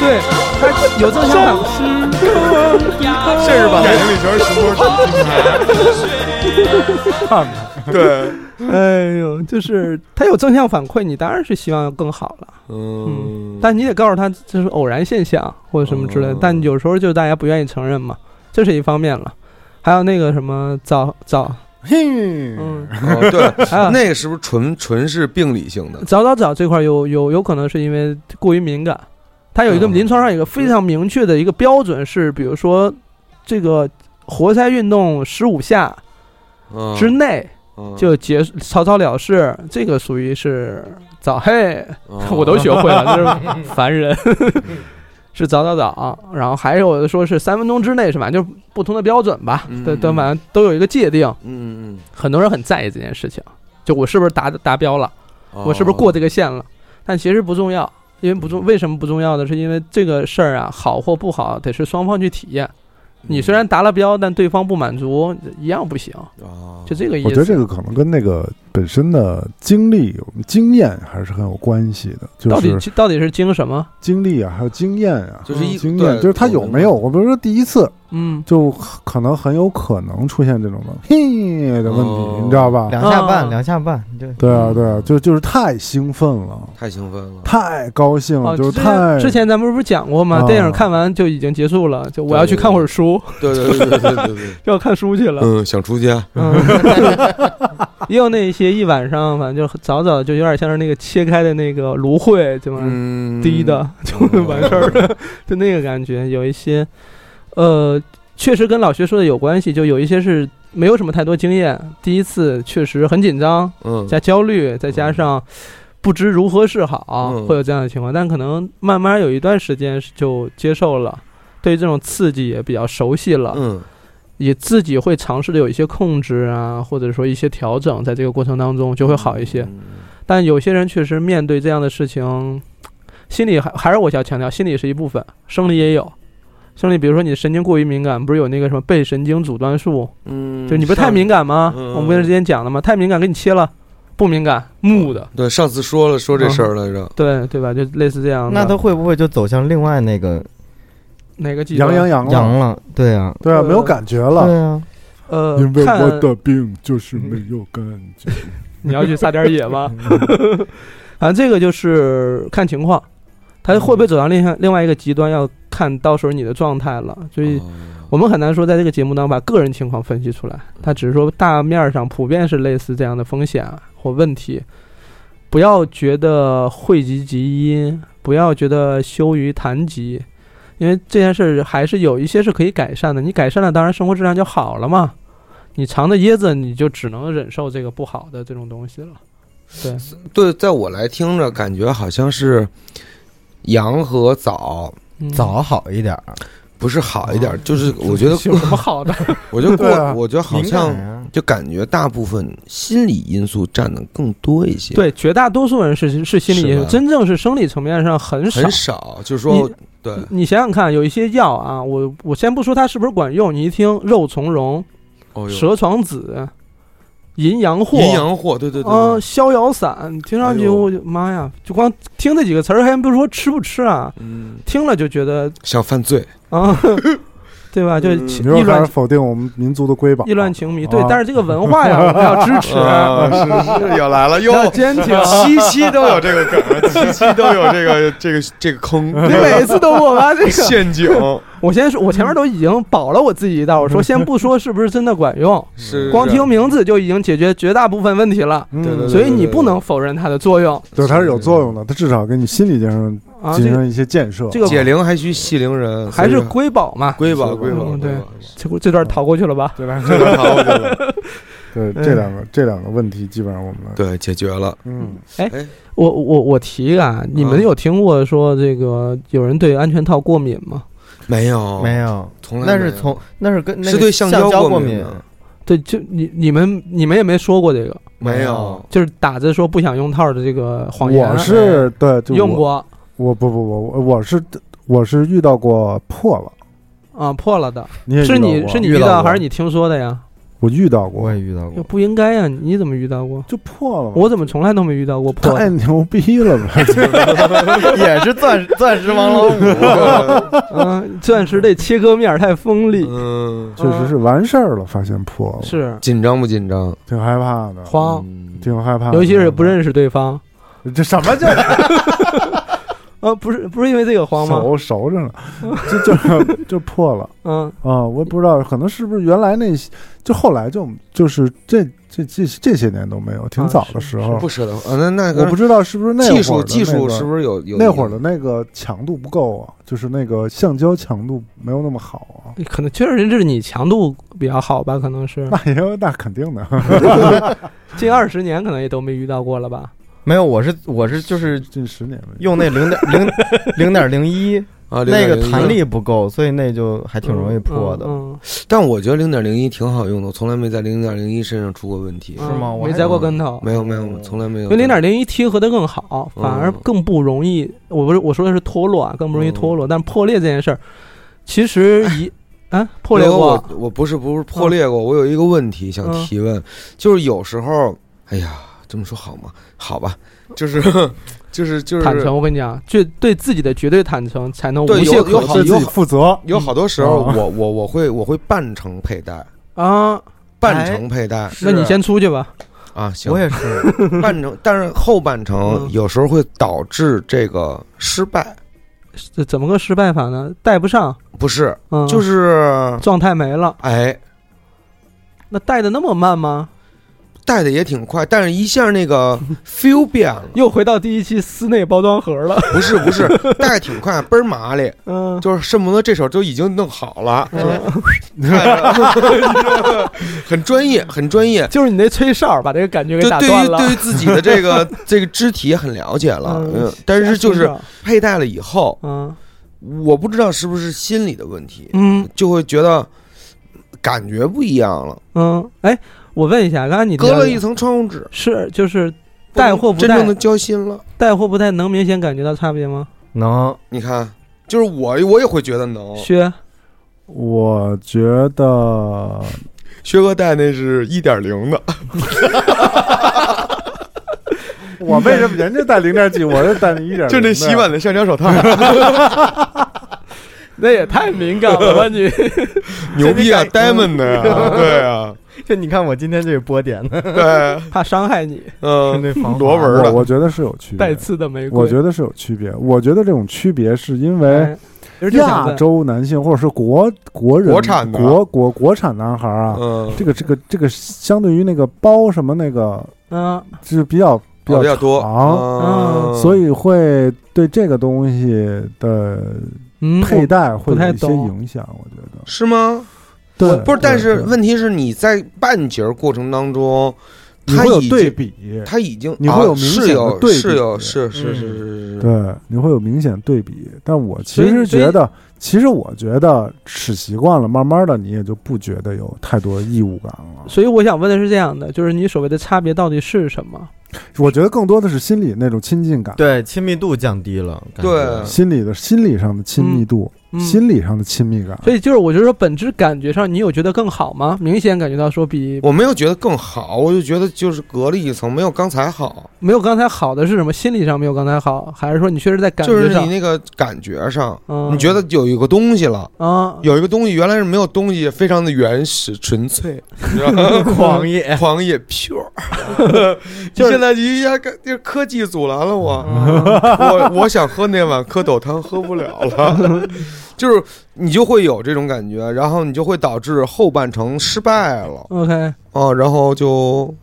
对，他有正向反馈。甚至把眼睛里全是熊猫金牌。看对， [laughs] 哎呦，就是他有正向反馈，你当然是希望更好了。嗯，但你得告诉他这是偶然现象或者什么之类的哦。但有时候就大家不愿意承认嘛，这是一方面了。还有那个什么早早，嘿，嗯，哦 [laughs] 对，还有那个是不是纯纯是病理性的？早早早这块儿有有有可能是因为过于敏感，它有一个嗯临床上有一个非常明确的一个标准是，比如说这个活塞运动十五下嗯之内嗯就结束草草了事，这个属于是早嘿，哦 [laughs] 我都学 [laughs] 会了，就是烦人。 [laughs] 是早早早，然后还有的说是三分钟之内是吧？就是不同的标准吧，嗯对对，嗯反正都有一个界定。嗯嗯很多人很在意这件事情，就我是不是达达标了，嗯，我是不是过的？这个线了？但其实不重要，因为不嗯重为什么不重要的是因为这个事儿啊，好或不好得是双方去体验。嗯你虽然达了标，但对方不满足一样不行，啊，就这个意我觉得这思。个可能跟那个本身的经历、经验还是很有关系的。就到底是到底是经什么？经历啊，还有经验啊，就是一经对验，就是他有没有？我比如说第一次，嗯，就可能很有可能出现这种的嘿的问哦题，你知道吧？两下啊半，两下半，对对啊，对啊，就就是太兴奋了，太兴奋了。太高兴了，哦，嗯就是之太前之前咱们不是讲过吗？啊电影看完就已经结束了，就我要去看会儿书， [laughs] 对对对对对对对，要看书去了。嗯，想出家，嗯， [laughs] 也有那些一晚上，反正就早早就有点像是那个切开的那个芦荟，对吗？嗯，滴的，就 [laughs] 完事儿了，就那个感觉。有一些，呃，确实跟老薛说的有关系，就有一些是没有什么太多经验，第一次确实很紧张，嗯，加焦虑，再加上不知如何是好，嗯会有这样的情况。但可能慢慢有一段时间是就接受了，对这种刺激也比较熟悉了，嗯也自己会尝试的有一些控制啊，或者说一些调整，在这个过程当中就会好一些。但有些人确实面对这样的事情，心理还还是我想强调，心理是一部分，生理也有。生理，比如说你神经过于敏感，不是有那个什么背神经阻断术？嗯，就你不是太敏感吗？嗯我们不是之前讲的吗？太敏感给你切了，不敏感木的，对，上次说了嗯说这事儿来着，对对吧？就类似这样的。那他会不会就走向另外那个哪个极端洋洋洋阳了，了？对啊，对啊，呃没有感觉对了，啊，呃，因为看我的病就是没有感觉。你要去撒点野吗？反正这个就是看情况，他会不会走向另外另外一个极端，要看到时候你的状态了。所以哦我们很难说在这个节目当中把个人情况分析出来，他只是说大面上普遍是类似这样的风险啊或问题。不要觉得讳疾忌医，不要觉得羞于谈及，因为这件事儿还是有一些是可以改善的。你改善了，当然生活质量就好了嘛。你尝着椰子，你就只能忍受这个不好的这种东西了。对，对，在我来听着，感觉好像是羊和枣嗯、早好一点儿，不是好一点哦儿，就是我觉得，有什么 [laughs] 好的？我觉得对啊过，我觉得好像敏感啊就感觉大部分心理因素占的更多一些，，对，绝大多数人是是心理因是素，吧真正是生理层面上很少。很少，就是说你，嗯对，你想想看，有一些药啊，我我先不说它是不是管用，你一听肉苁蓉、哦哟蛇床子、淫羊藿、阴阳货，对对对，啊、逍遥散，听上哎去呦我就妈呀，就光听这几个词儿，还不是说吃不吃啊，嗯，听了就觉得想犯罪，啊， [laughs] 对吧？就嗯你一说还是乱否定我们民族的瑰宝？意乱情迷，对啊，但是这个文化 [laughs] 呀，我们要支持，啊是是要来了要坚 [laughs] 挺。七期哎都有这个梗，七期都有这个这个这个坑， [laughs] 你每次都我妈这 [laughs] 个，陷 [laughs] 阱我先说，我前面都已经保了我自己一道，我说先不说是不是真的管用， [laughs] 是光听名字就已经解决绝大部分问题了，嗯，对对对所以你不能否认它的作用对，它是有作用的，它至少给你心理上啊。进这个行一些建设。这个解铃还须系铃人，还是瑰宝嘛，瑰宝瑰宝，嗯瑰对宝，这这段逃过去了吧？这 [laughs] 两这个，个好我觉得 [laughs] 对这两个这两个问题，基本上我们对解决了，嗯，我我我提一个啊，你们嗯有听过说这个有人对安全套过敏吗？没有没，有，从来那没是有从那哦是跟那是个对橡胶过敏敏， [laughs] 的，对，就你你们你们也没说过这个，没没有有，就是打着说不想用套的这个谎言，我是对就啊哎用我过我不不不，我我是我是遇到过破了，啊破了的，你也遇是到你过是你遇遇到到过还是你听说的呀？我遇到过我，也遇到过，不应该呀，你怎么遇到过？就破了嘛，我怎么从来都没遇到过破太 [laughs] 的？牛逼了吧？也是钻钻石王 [laughs] 老五，嗯，钻石这切割面儿太锋利，嗯，确实是完事儿了，发现破了，是紧张不紧张？挺害怕的，慌，嗯挺害怕的，尤其是不认识对方。这什么叫呃，不是不是因为这个慌吗？熟熟着了，就就 [laughs] 就破了。嗯，啊、我也不知道，可能是不是原来那些，就后来就就是这这这这些年都没有，挺啊早的是时候，不舍得啊？那那我不是知道是不是那会儿技术的技那术个是不是有有那会儿的那个强度不够啊，就是那个橡胶强度没有那么好啊。 [laughs] 可能确实是你强度比较好吧，可能是那也有，那肯定的， [laughs] 近二十年可能也都没遇到过了吧。没有，我是我是就是近十年了。用那零点 [laughs] 零零点零一，啊？那个0.01弹力不够，所以那就还挺容易破的，嗯，但我觉得零点零一挺好用的，我从来没在零点零一身上出过问题是。是吗嗯我没还栽过跟头，没有没哦有，我从来没有。因为零点零一贴合的更好，反而嗯更不容易。我不是我说的是脱落啊，更不容易嗯脱落。但破裂这件事儿，其 [laughs] 实一啊破裂那个过嗯我我不是不是破裂过，我有一个问题想提问，就是有时候哎呀，这么说好吗？好吧，就是 [laughs] 就是就是坦诚，我跟你讲，就对自己的绝对坦诚，才能无对懈有可有好击对自己负责。有好多时候嗯我我我会我会半程佩戴，啊。半程佩戴那你先出去吧。啊，行我，也是， [laughs] 半程，但是后半程嗯有时候会导致这个失败，这怎么个失败法呢？带不上，不是，嗯，就是状态没了。哎。那带的那么慢吗？带的也挺快，但是一下那 [laughs] 个 feel 变了，又回到第一期撕那包装盒了。 [laughs] 不是不是， [laughs] 带得挺快，倍儿麻利，嗯，就是恨不得这手就已经弄好了，哎嗯 [laughs] 很专业，很专业， [laughs] 就是你那吹哨把这个感觉给对打对断于了。对于自己的这 [laughs] 个这个肢体也很了解了，嗯嗯，但是就是吓佩戴了以后，死我了我不知道是不是心理的问题，嗯就会觉得感觉不一样了，嗯嗯，哎，我问一下，刚才你提隔到了的一层窗户纸，是就是带或不真正带的，交心了。带或不带能明显感觉到差别吗？能你看，就是我我也会觉得能，薛，我觉 [laughs] 得薛哥戴那是一点零 [laughs] 的，我为什么人家带零点几，我这带一点，就那洗碗的橡胶手套，那也太敏感了吧你！牛逼啊，Diamond 嗯的呀，对啊， [laughs] 这你看我今天这个波点呢，对， [laughs] 怕伤害你，嗯，那防螺纹我的，我觉得是有区 [laughs] 带别。刺的玫瑰。我觉得是有区别，我觉得这种区别是因为哎，其实就想亚问洲男性或者是国国人国产的国国国产男孩啊，嗯，这个这个这个相对于那个包什么那个嗯就是比较比哦比较较多，啊长，嗯所以会对这个东西的嗯，佩戴会不太有一些懂影响，我觉得。是吗？对，不是，但是对问题是你在半截儿过程当中，你他会有已对经嗯比，他已经你会有啊明是显的有对比是有是是是是嗯是是，对，你会有明显对比。但我所其以实所以觉得，其实我觉得使习惯了，慢慢的你也就不觉得有太多义务感了。所以我想问的是这样的，就是你所谓的差别到底是什么？我觉得更多的是心理那种亲近感，对亲密度降低了，感觉对心理的心理上的亲密度，嗯，心理上的亲密感。所以就是我就说本质感觉上，你有觉得更好吗？明显感觉到说比我没有觉得更好，我就觉得就是隔了一层，没有刚才好，没有刚才好的是什么？心理上没有刚才好，还是说你确实在感就觉是上？你那个感觉上，嗯，你觉得有一个东西了。啊？有一个东西原来是没有东西，非常的原始纯粹，你知道吗狂野，狂野 pure，就是现在一下就是科技阻拦了我，嗯我我想喝那碗蝌蚪汤喝不了 [laughs] 了，就是你就会有这种感觉，然后你就会导致后半程失败了 OK，哦，然后就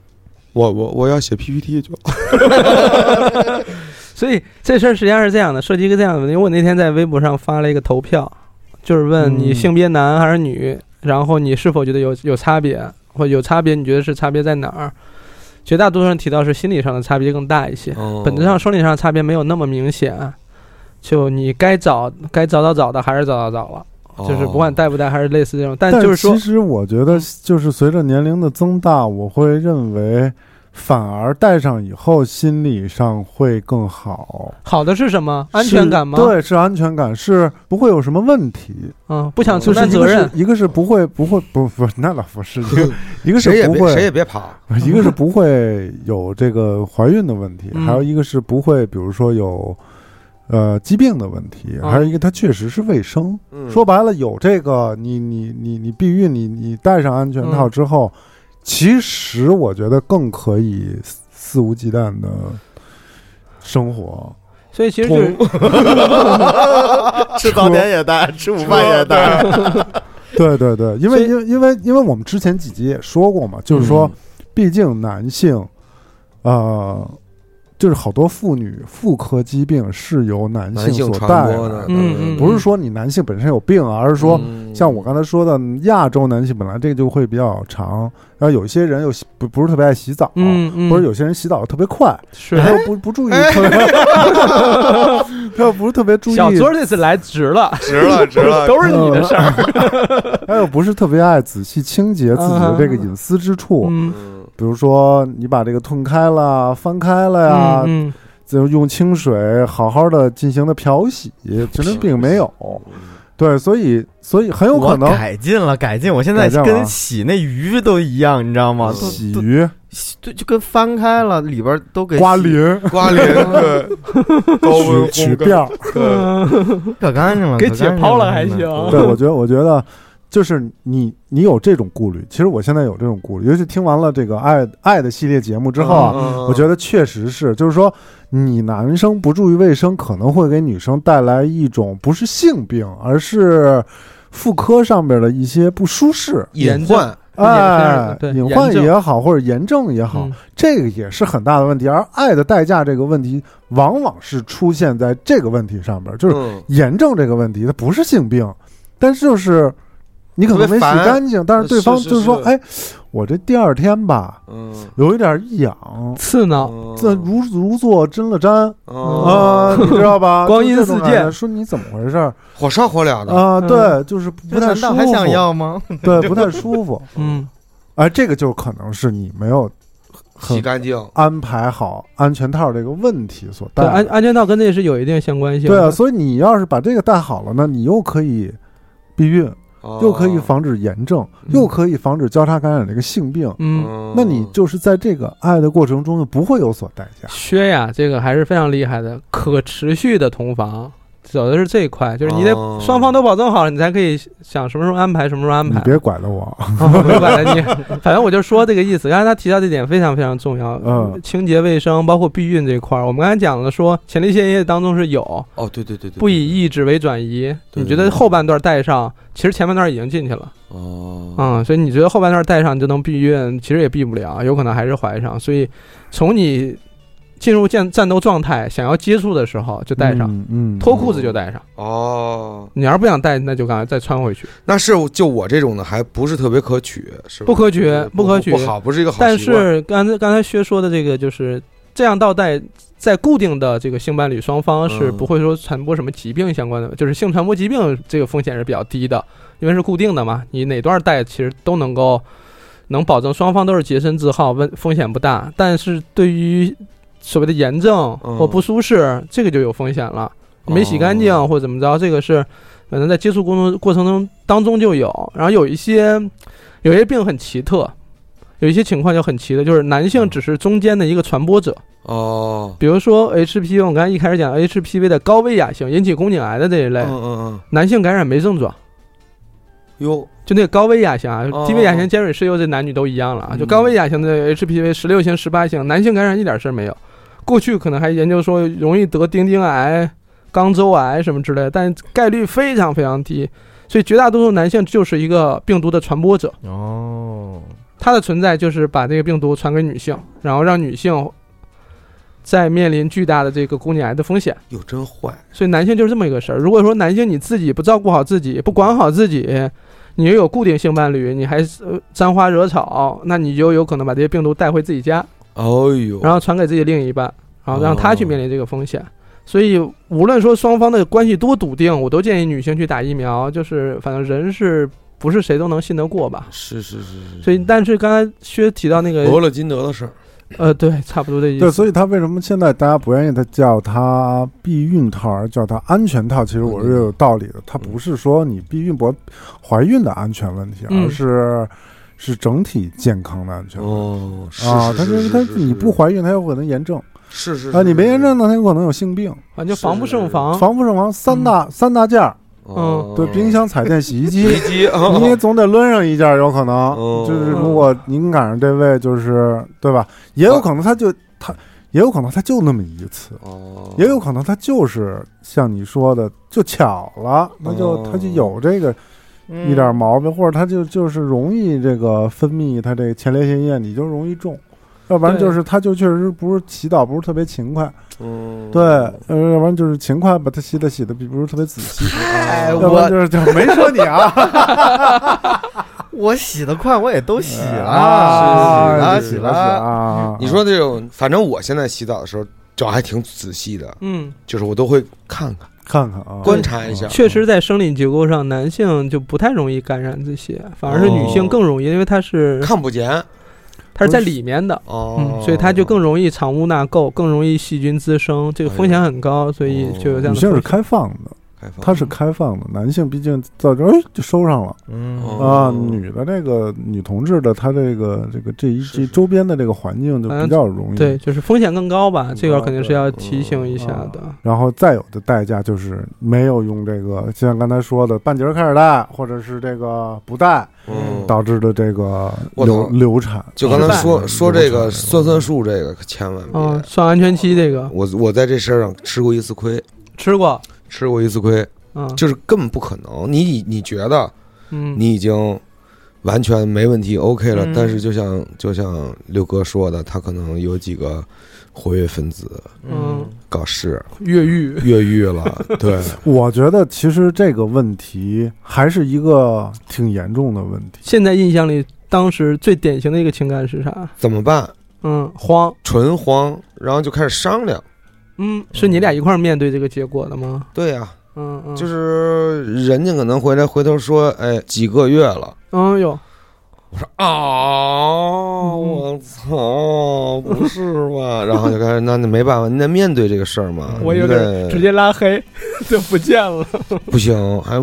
我我我要写 PPT 就所以这事儿实际上是这样的，涉及一个这样的问题。因为我那天在微博上发了一个投票，就是问你嗯性别男还是女，然后你是否觉得有有差别，或有差别你觉得是差别在哪儿？绝大多数人提到是心理上的差别更大一些，哦本质上生理上的差别没有那么明显。啊就你该早该早早早的还是早早早了，哦就是不管带不带还是类似这种，但但就是说其，实我觉嗯得，就是随着年龄的增大，我会认为，反而戴上以后心理上会更好，好的是什么？安全感吗？是，对，是安全感，是不会有什么问题。嗯，不想就承是担一责个是任。一个是不会不会不不，那倒不 [laughs] 是，一个一个谁是也不别谁也会，别跑， [laughs] 一个是不会有这个怀孕的问题，嗯还有一个是不会，比如说有。呃，疾病的问题，啊还有一个它确实是卫生。说白了，有这个你你你你避孕，你你戴上安全套之后，嗯其实我觉得更可以肆肆无忌惮的生活。所以其实就是吃早点也带，吃午饭也带，对对对，因为因为因为因为我们之前几集也说过嘛，就是说，毕竟男性，呃，就是好多妇女妇科疾病是由男男性所传带播嗯的，嗯嗯不是说你男性本身有病啊，而是说。像我刚才说的，亚洲男性本来这个就会比较长，然后有些人又洗不不是特别爱洗澡，嗯嗯，哎或哦者有些人洗澡特别快，是他又不不注意，他又不是特别注意，嗯小桌儿这次来值了，值了值了， [laughs] 都是你嗯的事儿。 [laughs] 他又呃不是特别爱仔细清洁自己的这个隐私之处，嗯嗯比如说你把这个吞开了、翻开了呀，嗯就用清水好好的进行的漂洗，其实并没有。对，所以所以很有可能我改进了，改进。我现在改进了啊嗯跟洗那鱼都一样，你知道吗？洗都都鱼、洗对，就跟翻开了，里边都给刮洗鳞、瓜林对，高温取取烘干，辫儿。对，可干净了，给可解干净剖了还真的行对，我觉得，我觉得就是你，你有这种顾虑。其实我现在有这种顾虑，尤其听完了这个爱爱的系列节目之后啊，嗯嗯我觉得确实是，就是说你男生不注意卫生，可能会给女生带来一种不是性病，而是妇科上面的一些不舒适。隐患，炎症哎，对隐患炎症也好，或者炎症也好，嗯这个也是很大的问题。而爱的代价这个问题，往往是出现在这个问题上边，就是嗯炎症这个问题，它不是性病，但是就是你可能没洗干净，但是对方是是就是说，是哎，我这第二天吧嗯，有一点痒，刺挠，这如如坐针了毡啊，啊，你知道 [laughs] 吧？嗯光阴就这种似箭感觉说你怎么回事儿火烧火燎的，啊？嗯对，就是不这太难舒道服，还想要吗？对，不太舒 [laughs] 服。嗯，哎，这个就可能是你没有很洗干净，安排好安全套这个问题所带对，来安的。安全套跟这是有一定相关性对的。啊，所以你要是把这个带好了呢，你又可以避孕，又可以防，防止炎症，哦嗯又可以防止交叉感染这个性病。嗯，那你就是在这个爱的过程中呢，不会有所代价。薛呀，这个还是非常厉害的，可持续的同房。走的是这一块，就是你得哦双方都保证好了，你才可以想什么时候安排，什么时候安你排。别拐了我，啊我没管了你，反正我就说这个意思。刚才他提到这点非常非常重要，嗯清洁卫生包括避孕这一块儿，我们刚才讲了说前列腺液当中是有，哦，对对对对，不以意志为转移。对你觉得后半段带上，其实前半段已经进去了，哦，嗯，所以你觉得后半段带上就能避孕，其实也避不了，有可能还是怀上。所以从你进入战战斗状态，想要接触的时候就带上，嗯，嗯，脱裤子就带上。哦，你要是不想带，那就赶快再穿回去。那是就我这种的还不是特别可取，是吧不可取不可取不好，不是一个好习惯。但是刚才刚才薛说的这个就是这样倒带，在固定的这个性伴侣双方是嗯不会说传播什么疾病相关的，就是性传播疾病这个风险是比较低的，因为是固定的嘛，你哪段带其实都能够能保证双方都是洁身自好，问风险不大。但是对于所谓的炎症嗯或不舒适，这个就有风险了，没洗干净哦或者怎么着，这个是可能在接触过程过程中当中就有，然后有一些有一些病很奇特。有一些情况就很奇特，就是男嗯性只是中间的一个传播者，哦，比如说 HPV，我刚才一开始讲 HPV 的高危亚性引起宫颈癌的这一类，嗯嗯男性感染没症状，嗯，哟，就那个高危亚型啊哦低危亚型、尖锐湿疣这男女都一样了啊，嗯就高危亚型的 HPV 十六型、十八型，男性感染一点事儿没有。过去可能还研究说容易得丁丁癌、肛周癌什么之类的，但概率非常非常低，所以绝大多数男性就是一个病毒的传播者，哦，它的存在就是把这个病毒传给女性，然后让女性在面临巨大的这个宫颈癌的风险。哟，真坏，所以男性就是这么一个事儿。如果说男性你自己不照顾好自己，不管好自己，你又有固定性伴侣，你还呃沾花惹草，那你就有可能把这些病毒带回自己家，哎呦，然后传给自己另一半，然后让他去面临这个风险。所以，无论说双方的关系多笃定，我都建议女性去打疫苗。就是，反正人是不是谁都能信得过吧？是是是是，所以，但是刚才薛提到那俄个，勒金德的事儿，呃，对，差不多的意对，思。所以他为什么现在大家不愿意他叫它避孕套，而叫它安全套？其实嗯我是有道理的，它不是说你避孕不怀孕的安全问题，嗯而是是整体健康的安全问题。哦，是啊，是它是是是它是你是不怀孕，它有可能炎症是是啊；你没炎症，，呢，它有可能有性病。反正就防不是胜是防。防不胜防，三大三大件儿，嗯嗯哦对，冰、箱、彩电、洗衣机 [laughs] 洗，衣机，啊你也总得抡上一件儿，有可能 [laughs] 哦。就是如果您赶上这位，就是对吧？也有可能他就他，也有可能他就那么一次，哦，也有可能他就是像你说的，就巧了，那就哦他就有这个一点毛病，或者他就就是容易这个分泌他这个前列腺液，你就容易中。要不然对就是他就确实不是洗澡不是特别勤快，嗯，对，呃，要不然就是勤快把它洗的洗的不是特别仔 [laughs] 细，哎，要不然我就是就没说你啊，我洗得快，我也都洗啊了，是洗了，洗是啊了。啊！你说这种，反正我现在洗澡的时候找还挺仔细的，嗯，就是我都会看看看看啊，观察一下，确实，在生理结构上，男性就不太容易感染这些，反而是女性更容易，因为她是哦看不见它是在里面的，哦、嗯，所以它就更容易藏污纳垢，更容以细菌滋生，这个风险很高，所以就有这哦女嗯样的风性是险。开放的，开放，它是开放嗯的，男性毕竟到这儿哎就收上了嗯哦啊，女的这个女同志的，她这个这个这一是是这周边的这个环境就比较嗯容易对，就是风险更高吧，这个肯定是要嗯提醒一下的啊。然后再有的代价就是没有用这个，就像刚才说的半截儿开始戴，或者是这个不戴嗯，导致的这个我流操流产。就刚才失败说说这个酸酸酸酸树这个可千万别，啊嗯，上安全期这个我我在这事儿上吃过一次亏，吃过，吃过一次亏，嗯就是根本不可能。你已你觉得嗯，你已经完全没问题，OK 了，嗯但是就像就像六哥说的，他可能有几个活跃分子嗯搞事，越狱，越狱 [laughs] 了，对，我觉得其实这个问题还是一个挺严重的问题。现在印象里当时最典型的一个情感是啥？怎么办？嗯，慌。纯慌，然后就开始商量。嗯，是你俩一块儿面对这个结果的吗？对呀、嗯嗯，就是人家可能回来回头说，哎，几个月了。嗯哟，哦，我操，不是吧？然后就开始，那那没办法，你得面对这个事儿嘛。 [laughs] 我有点你直得接拉黑 [laughs] 就不见了。不行，还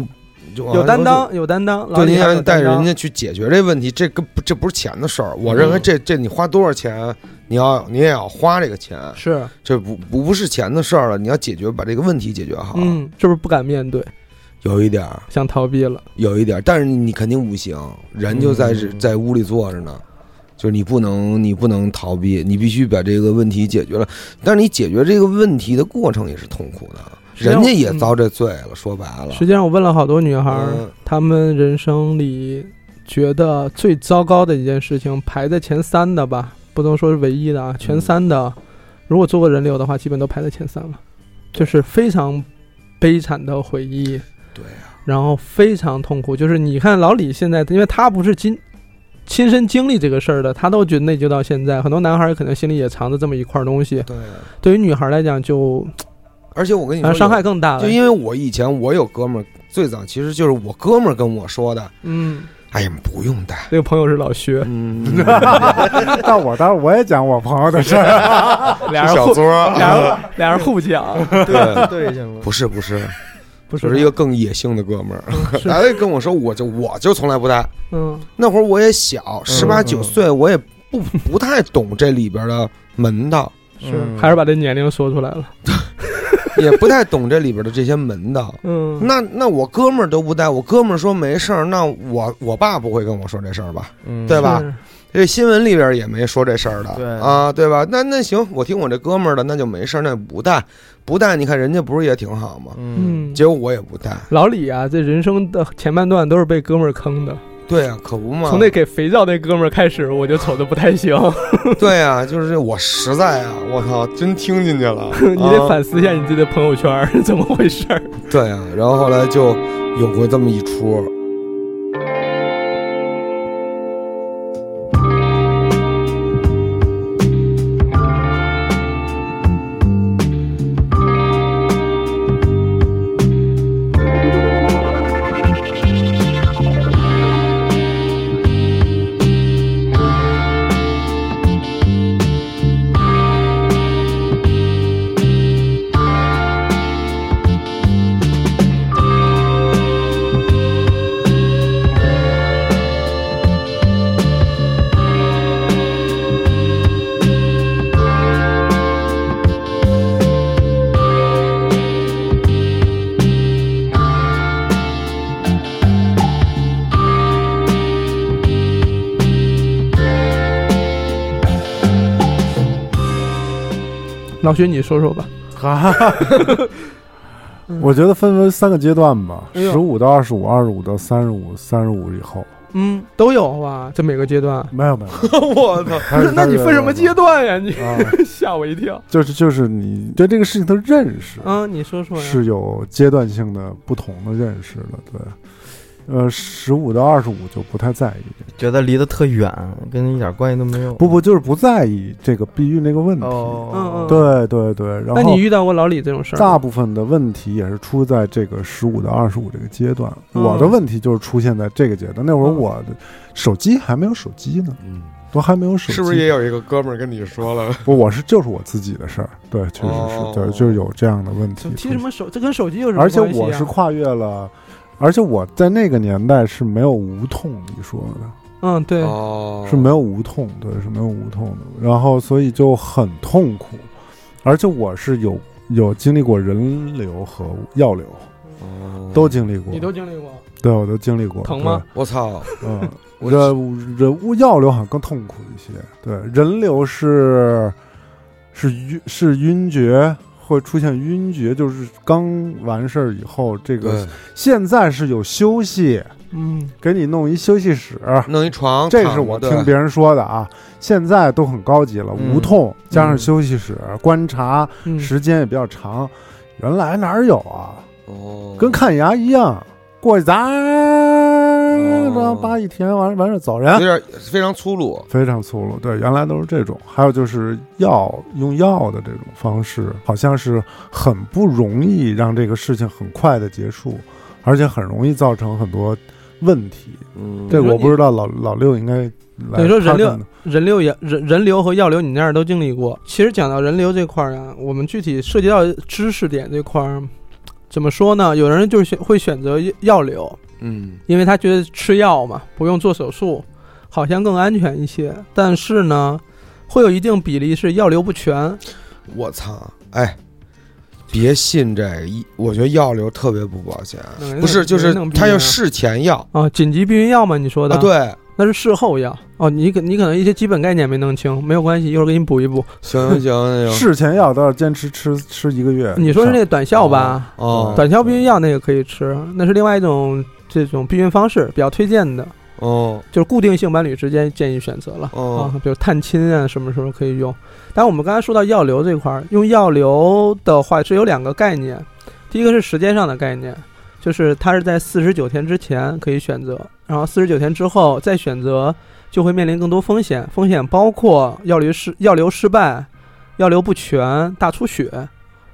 就有担当，有担当，老对，李你还有想带担着人当。嗯家去解决这问题，这跟不这不是钱的事儿。我认为这这你花多少钱，你要你也要花这个钱，是，这不不不是钱的事儿了。你要解决把这个问题解决好，嗯，是不是不敢面对，有一点儿，想逃避了？有一点儿，但是你肯定不行，人就在这嗯在屋里坐着呢。就是你不能，你不能逃避，你必须把这个问题解决了。但是你解决这个问题的过程也是痛苦的，实际人上家也嗯遭这罪了。说白了，实际上，我问了好多女孩儿嗯，她们人生里觉得最糟糕的一件事情，排在前三的吧，不能说是唯一的嗯啊，前三的，如果做过人流的话，基本都排在前三了，就是非常悲惨的回忆，对啊呀、然后非常痛苦。就是你看老李现在，因为他不是亲亲身经历这个事儿的，他都觉得内疚到现在。很多男孩儿可能心里也藏着这么一块儿东西，对呀、对于女孩儿来讲就，而且我跟你呃说，伤害更大了就。因为我以前我有哥们儿，最早其实就是我哥们儿跟我说的，嗯，哎呀，不用带， [laughs] 这个朋友是老薛，嗯， [laughs] 但我当时我也讲我朋友的事 [laughs] 儿，俩人互桌儿，俩人俩人互讲，对，对上了，不是不 [laughs] 是，不就是是一个更野性的哥们儿，[laughs] 嗯是来跟我说，我就我就从来不带，嗯那会儿我也小，十八九岁，我也不不太懂这里边的门 [laughs] 道，是，还是把这年龄说出来了。也不太懂这里边的这些门道。嗯，那那我哥们儿都不带，我哥们儿说没事儿，那我我爸不会跟我说这事儿吧？嗯对吧？是？这新闻里边也没说这事儿的，对啊，对吧？那那行，我听我这哥们儿的，那就没事儿，那不带不带，你看人家不是也挺好吗？嗯嗯，结果我也不带，老李啊，这人生的前半段都是被哥们儿坑的，对啊，可不嘛，从那给肥皂那哥们儿开始，我就瞅着不太行，对啊，就是我实在啊，我操，真听进 [laughs] 去了， [laughs] 你得啊反思一下你自己的朋友圈儿 [laughs] 怎么回事儿。对啊，然后后来就有过这么一出。老薛，你说说吧。哈哈 [laughs] 我觉得分为三个阶段吧，哎呦十五到二十五，二十五到三十五，三十五以后嗯，都有啊，这每个阶段。没有没有， [laughs] 我操！不那你分什么阶段呀？你啊？吓我一跳。就是就是你对这个事情的认识嗯，你说说呀。是有阶段性的不同的认识的，对。呃，十五到二十五就不太在意，觉得离得特远，跟一点关系都没有。不不就是不在意这个避孕那个问题，哦，嗯对对对。然那后你遇到过老李这种事儿吗？大部分的问题也是出在这个十五到二十五这个阶段。嗯我的问题就是出现在这个阶段。那会儿嗯我的手机还没有手机呢，嗯，都还没有手机，是不是也有一个哥们儿跟你说了？不？我是就是我自己的事儿，对，确实是，哦对，就是有这样的问题就出现。提什么手，这跟手机有什么而关且系、啊？我是跨越了，而且我在那个年代是没有无痛一说的，嗯，对，啊哦，是没有无痛，对，是没有无痛的。然后所以就很痛苦，而且我是有有经历过人流和药流，哦都经历过，你都经历过，对我都经历过，疼吗我操，对？ [laughs] 嗯，我这人物药流好像更痛苦一些，对，人流是是晕是晕厥。会出现晕厥，就是刚完事儿以后，这个对，现在是有休息，嗯，给你弄一休息室，弄一床，这是我躺着听别人说的啊。现在都很高级了，嗯无痛加上休息室，观察嗯时间也比较长。原来哪儿有啊？对哦，跟看牙一样，过去砸，哦然后叭一填，完完事儿走人有，点非常粗鲁，非常粗鲁。对，原来都是这种。还有就是药用药的这种方式，好像是很不容易让这个事情很快的结束，而且很容易造成很多问题。嗯这个我不知道老老六应该来。你说人六人流也人人流和药流，你那儿都经历过。其实讲到人流这块儿啊，我们具体涉及到知识点这块儿，怎么说呢？有人就是选会选择药流，嗯，因为他觉得吃药嘛，不用做手术，好像更安全一些。但是呢，会有一定比例是药流不全。我操，哎。别信这个，一我觉得药流特别不保险那人，不是，能就是人能避他要免事前药啊，紧急避孕药嘛，你说的、啊，，对，那是事后药哦。你可你可能一些基本概念没弄清，没有关系，一会儿给你补一补。行行行，那就事前药倒是坚持吃吃一个月。你说是那个短效吧？哦短效避孕药那个可以吃，那是另外一种这种避孕方式，比较推荐的，哦就是固定性伴侣之间建议选择了。哦啊，比如探亲啊，什么时候可以用？但我们刚才说到药流这块儿，用药流的话是有两个概念，第一个是时间上的概念，就是它是在四十九天之前可以选择，然后四十九天之后再选择，就会面临更多风险，风险包括药流失、药流失败、药流不全、大出血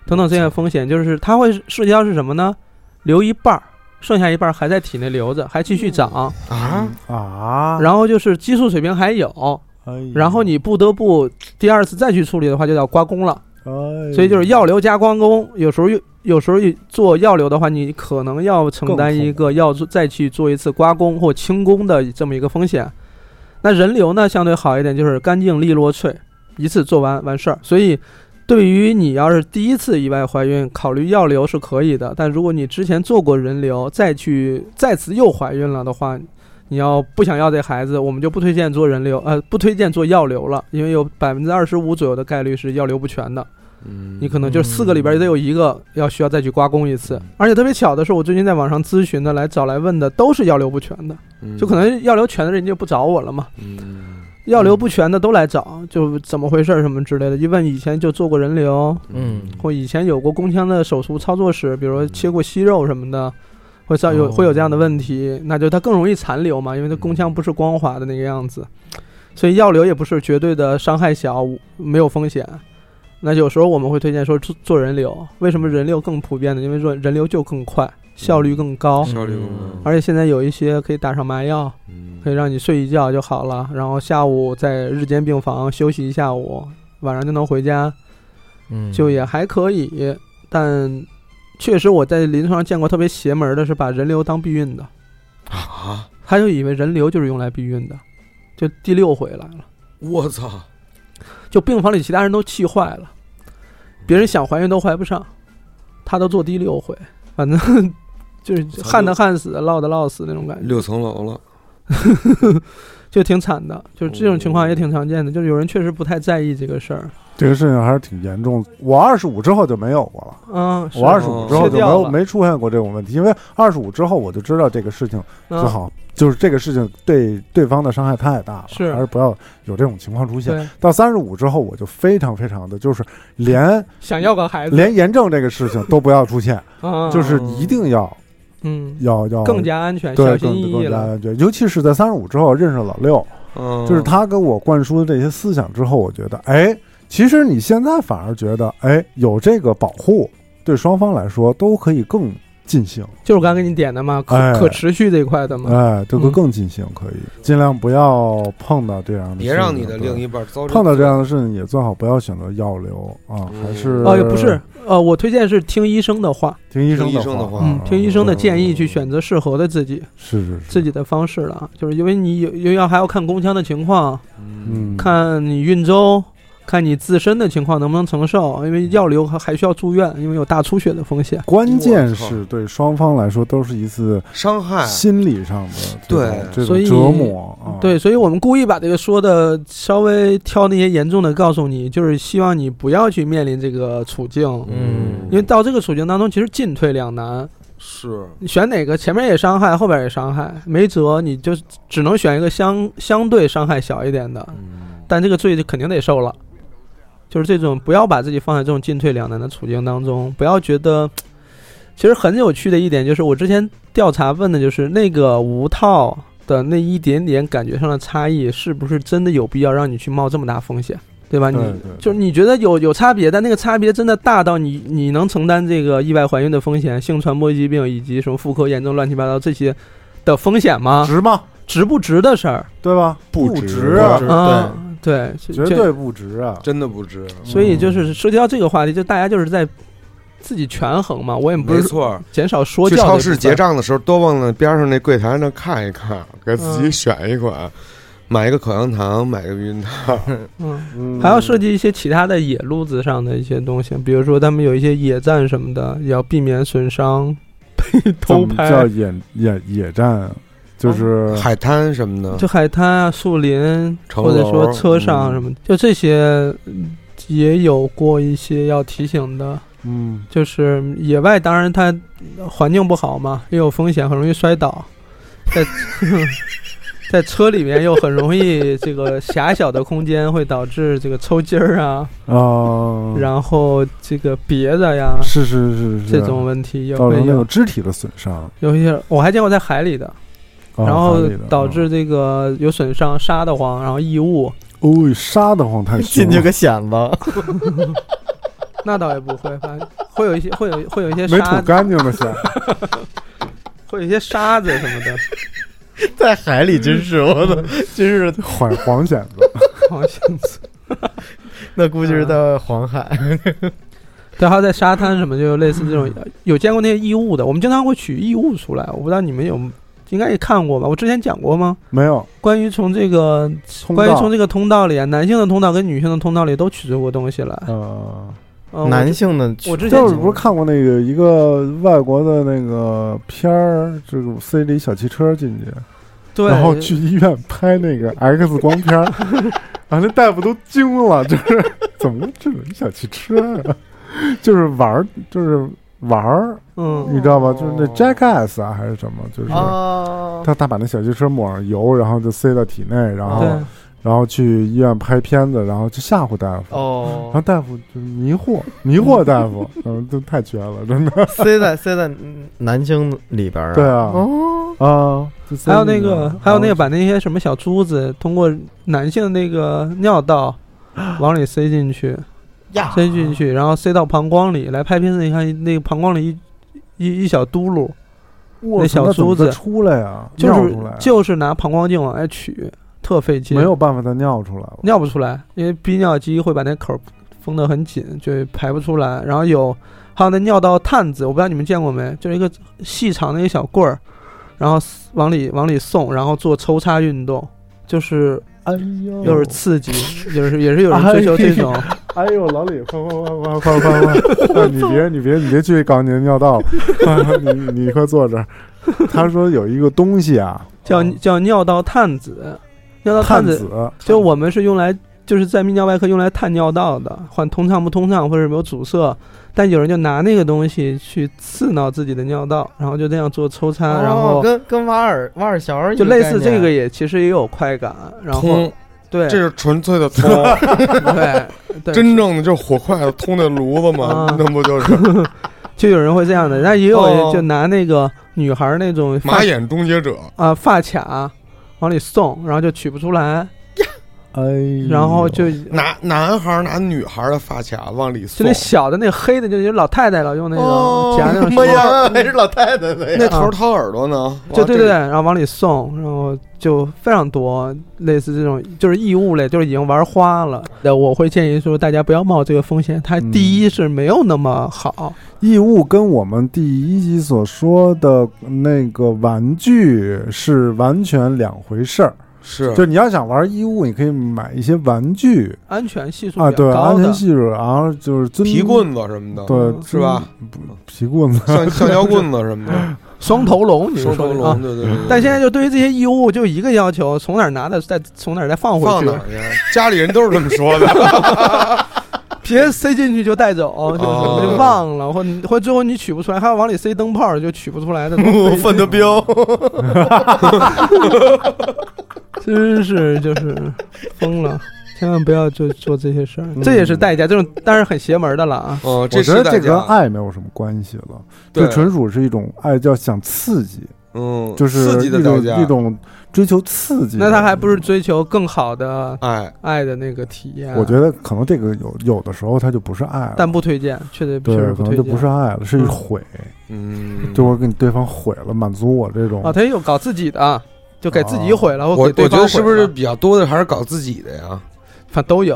等等这些风险，就是它会涉及到是什么呢？流一半儿，剩下一半儿还在体内留着，还继续长，啊，啊，然后就是激素水平还有。哎呦然后，你不得不第二次再去处理的话，就叫刮宫了。哎呦所以就是药流加刮宫，有时候又有时候做药流的话，你可能要承担一个要做再去做一次刮宫或清宫的这么一个风险。那人流呢，相对好一点，就是干净利落脆，一次做完完事儿。所以，对于你要是第一次意外怀孕，考虑药流是可以的。但如果你之前做过人流，再去再次又怀孕了的话，你要不想要这孩子，我们就不推荐做人流，呃，不推荐做药流了，因为有百分之二十五左右的概率是药流不全的。嗯你可能就是四个里边得有一个要需要再去刮宫一次。而且特别巧的是，我最近在网上咨询的来找来问的都是药流不全的，就可能药流全的人就不找我了嘛，嗯药流不全的都来找，就怎么回事儿什么之类的。一问以前就做过人流，嗯或以前有过宫腔的手术操作史，比如说切过息肉什么的。会上有哦会有这样的问题，那就它更容易残留嘛，因为它宫腔不是光滑的那个样子，所以药流也不是绝对的伤害小，没有风险。那有时候我们会推荐说做做人流，为什么人流更普遍呢？因为人人流就更快，效率更高，效率更高，而且现在有一些可以打上麻药，嗯可以让你睡一觉就好了，然后下午在日间病房休息一下午，晚上就能回家，嗯，就也还可以。但确实我在临床上见过特别邪门的是把人流当避孕的，啊，他就以为人流就是用来避孕的，就第六回来了。我操，就病房里其他人都气坏了，别人想怀孕都怀不上，他都做第六回，反正 [laughs] 就是旱的旱死，涝的涝死那种感觉，六层楼了，就挺惨的。就是这哦种情况也挺常见的，就是有人确实不太在意这个事儿。这个事情还是挺严重的。我二十五之后就没有过了，嗯，是我二十五之后就没切掉有了没出现过这种问题，因为二十五之后我就知道这个事情嗯不好，就是这个事情对对方的伤害太大了，是还是不要有这种情况出现。对，到三十五之后，我就非常非常的就是连想要个孩子，连炎症这个事情都不要出现，啊就是一定要嗯，要要更加安全，小对，心更翼翼更加了。安全，尤其是在三十五之后认识老六，嗯，就是他给我灌输的这些思想之后，我觉得，哎，其实你现在反而觉得，哎，有这个保护，对双方来说都可以更尽兴，就是我刚给你点的嘛，可、哎可持续这一块的嘛。哎，这个嗯更尽兴，可以尽量不要碰到这样的事情，嗯别让你的对另一半遭碰到嗯这样的事情，也最好不要选择药流啊，嗯还是哦，也不是，呃，我推荐是听医生的话，听医听医生的的话，话嗯啊，听医生的建议去选择适合的自己是是自是，己的方式了啊，就是因为你有又要还要看宫腔的情况，嗯，看你孕周，看你自身的情况能不能承受，因为药流还还需要住院，因为有大出血的风险。关键我是对双方来说都是一次伤害，心理上的这种对这所种以折磨啊，哦对，所以我们故意把这个说的稍微挑那些严重的告诉你，就是希望你不要去面临这个处境，嗯因为到这个处境当中，其实进退两难，是你选哪个前面也伤害，后边也伤害，没辙，你就只能选一个相相对伤害小一点的，嗯但这个罪就肯定得受了。就是这种不要把自己放在这种进退两难的处境当中，不要觉得。其实很有趣的一点就是，我之前调查问的就是那个无套的那一点点感觉上的差异，是不是真的有必要让你去冒这么大风险，对吧？你对对就是你觉得有有差别，但那个差别真的大到你你能承担这个意外怀孕的风险、性传播疾病以及什么妇科炎症、乱七八糟这些的风险吗？值吗？值不值的事儿对吧？不不值值啊，不值啊？对，就绝对不值啊！真的不值，所以就是涉及到这个话题，就大家就是在自己权衡嘛。我也不没是错。减少说去教这部超分。市结账的时候，多往那边上那柜台那看一看，给自己嗯选一款，买一个口香糖，买个避孕套，嗯，嗯还要设计一些其他的野路子上的一些东西，比如说他们有一些野战什么的，也要避免损伤、被怎偷么叫拍。野野野战啊，就是海滩什么的，嗯就海滩啊、树林，城或者说楼车嗯上什么的，就这些嗯也有过一些要提醒的。嗯，就是野外，当然它环境不好嘛，又有风险，很容易摔倒。 [laughs] 在在车里面又很容易这个狭小的空间会导致这个抽筋儿啊，啊，然后这个别的呀是是是是啊这种问题也造会成那有种。肢体的损伤，有一些我还见过在海里的，啊然后合理的导啊致这个有损伤，沙得慌，然后异物，哦杀得慌太进凶去了，个险子， [laughs] 那倒也不会，反正会有一些会有会有一些没沙吐，干净的血， [laughs] 会有一些沙子什么的。在海里真是我的， [laughs] 真是黄黄险子，好像是那估计是在黄海，对，还有在沙滩什么，就类似这种，有见过那些异物的。我们经常会取异物出来，我不知道你们有，应该也看过吧？我之前讲过吗？没有关于从这个，通 [laughs] 关于从道，这个通道里啊，男性的通道跟女性的通道里都取出过东西来。呃，呃、 [laughs] 男性的我之前就是不是看过那个一个外国的那个片儿，这个塞一小汽车进去，对，然后去医院拍那个 X 光片儿， [laughs] 啊，那大夫都惊了，就是 [laughs] 怎么这种小汽车啊， [laughs] 就是玩儿，就是玩儿，嗯，你知道吧？就是那 Jackass 啊还是什么，就是哦啊，他他把那小汽车抹上油，然后就塞到体内，然后对，然后去医院拍片子，然后就吓唬大夫。然后哦，大夫就是迷惑，迷惑大 [laughs] 夫，嗯，这太绝了，真的。 [laughs] 塞在塞在男性里边儿啊，对啊，啊，就塞还有进那去个了，啊还有那个，把那些什么小珠子通过男性的那个尿道往里塞进去，呀塞进去，然后塞到膀胱里来拍片子。你看那个膀胱里一一一小嘟噜，我那操小怎哦么珠再子出来呀，就尿出来是啊就是拿膀胱镜往外取，特费劲，没有办法再尿出来了。尿不出来，因为逼尿机会把那口封得很紧，就排不出来。然后有还有那尿道探子，我不知道你们见过没，就是一个细长的一个小棍儿，然后往里往里送，然后做抽插运动，就是哎呦，又是刺激，也是也是有人追求这种。哎呦，老李，快快快快快快快！啊你别你别你别去搞你的尿道， [laughs] 啊你你快坐这儿。他说有一个东西啊，叫叫尿道探子，尿道探探子子，就我们是用来就是在泌尿外科用来探尿道的，换通畅不通畅或者有没有阻塞。但有人就拿那个东西去刺挠自己的尿道，然后就这样做抽插，哦然后跟跟挖耳挖耳小儿就类似这个也也其实也有快感，然后通，对这是纯粹的通，对 [laughs] 对，真正的就是火筷子通那炉子嘛 [laughs] 啊，那 [laughs] 不就是就有人会这样的，但也有哦人就拿那个女孩儿那种发马眼终结者？啊、发卡往里送，然后就取不出来。哎呦，然后就拿男孩儿拿女孩儿的发卡往里就送那，小的那黑的，就是老太太老用那哦个夹那种妈手呀还是老太太呗。那头儿掏耳朵呢？啊就对对对，哇，然后往里送，然后就非常多，类似这种就是义务类，就是已经玩花了。那我会建议说，大家不要冒这个风险。它嗯第一是没有那么好，义务跟我们第一集所说的那个玩具是完全两回事儿。这个就是你要想玩义务，你可以买一些玩具安全系数啊，比较对，高安的。全系数，然后就是尊皮，棍子什么的，对，是吧？皮棍子， [laughs] 橡橡胶棍子什么的，双头龙，你双们头说的龙，啊？对对对。对但现在就对于这些义务，就一个要求：从哪儿拿的，再从哪儿再放回放去哪。儿去？啊家里人都是这么说 [laughs] 的。别塞进去就带走，就是哦就忘了，或或最后你取不出来，还要往里塞灯泡，就取不出来的。奋斗标， [laughs] 真是就是疯了，千万不要就做这些事儿嗯，这也是代价，这种当然很邪门的了啊。哦，我这觉是得代这跟价。爱没有什么关系了，对这纯属是一种爱，叫想刺激，嗯，就是刺激的一代种价一。种追求刺激。那他还不是追求更好的哎，爱的那个体验？啊我觉，得可能这个有有的时候它就不是爱了，但不推荐，确实对确实，可不能推就荐。不是爱了，是一嗯毁，嗯，就我给你对方毁了，满足我这种啊，他也有搞自己的啊，就给自己毁了，或我给对我觉方得是不毁是了比较多的还是搞自己的呀？反正都有，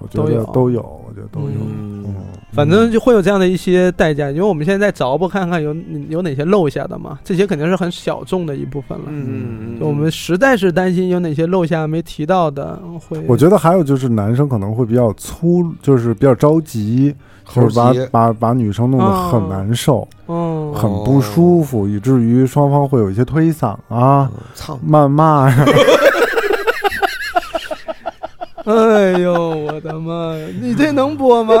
我觉都得有都有，我觉得都有。嗯，嗯，反正就会有这样的一些代价，因为我们现在在凿吧，看看有有哪些漏下的嘛，这些肯定是很小众的一部分了。嗯嗯，我们实在是担心有哪些漏下没提到的，会我觉得还有就是男生可能会比较粗，就是比较着急，猴就是把急，把把女生弄啊得很难受、嗯，很不哦舒服，以至于双方会有一些推搡啊、操，谩骂呀。哎呦，我的妈！呀，你这能播吗？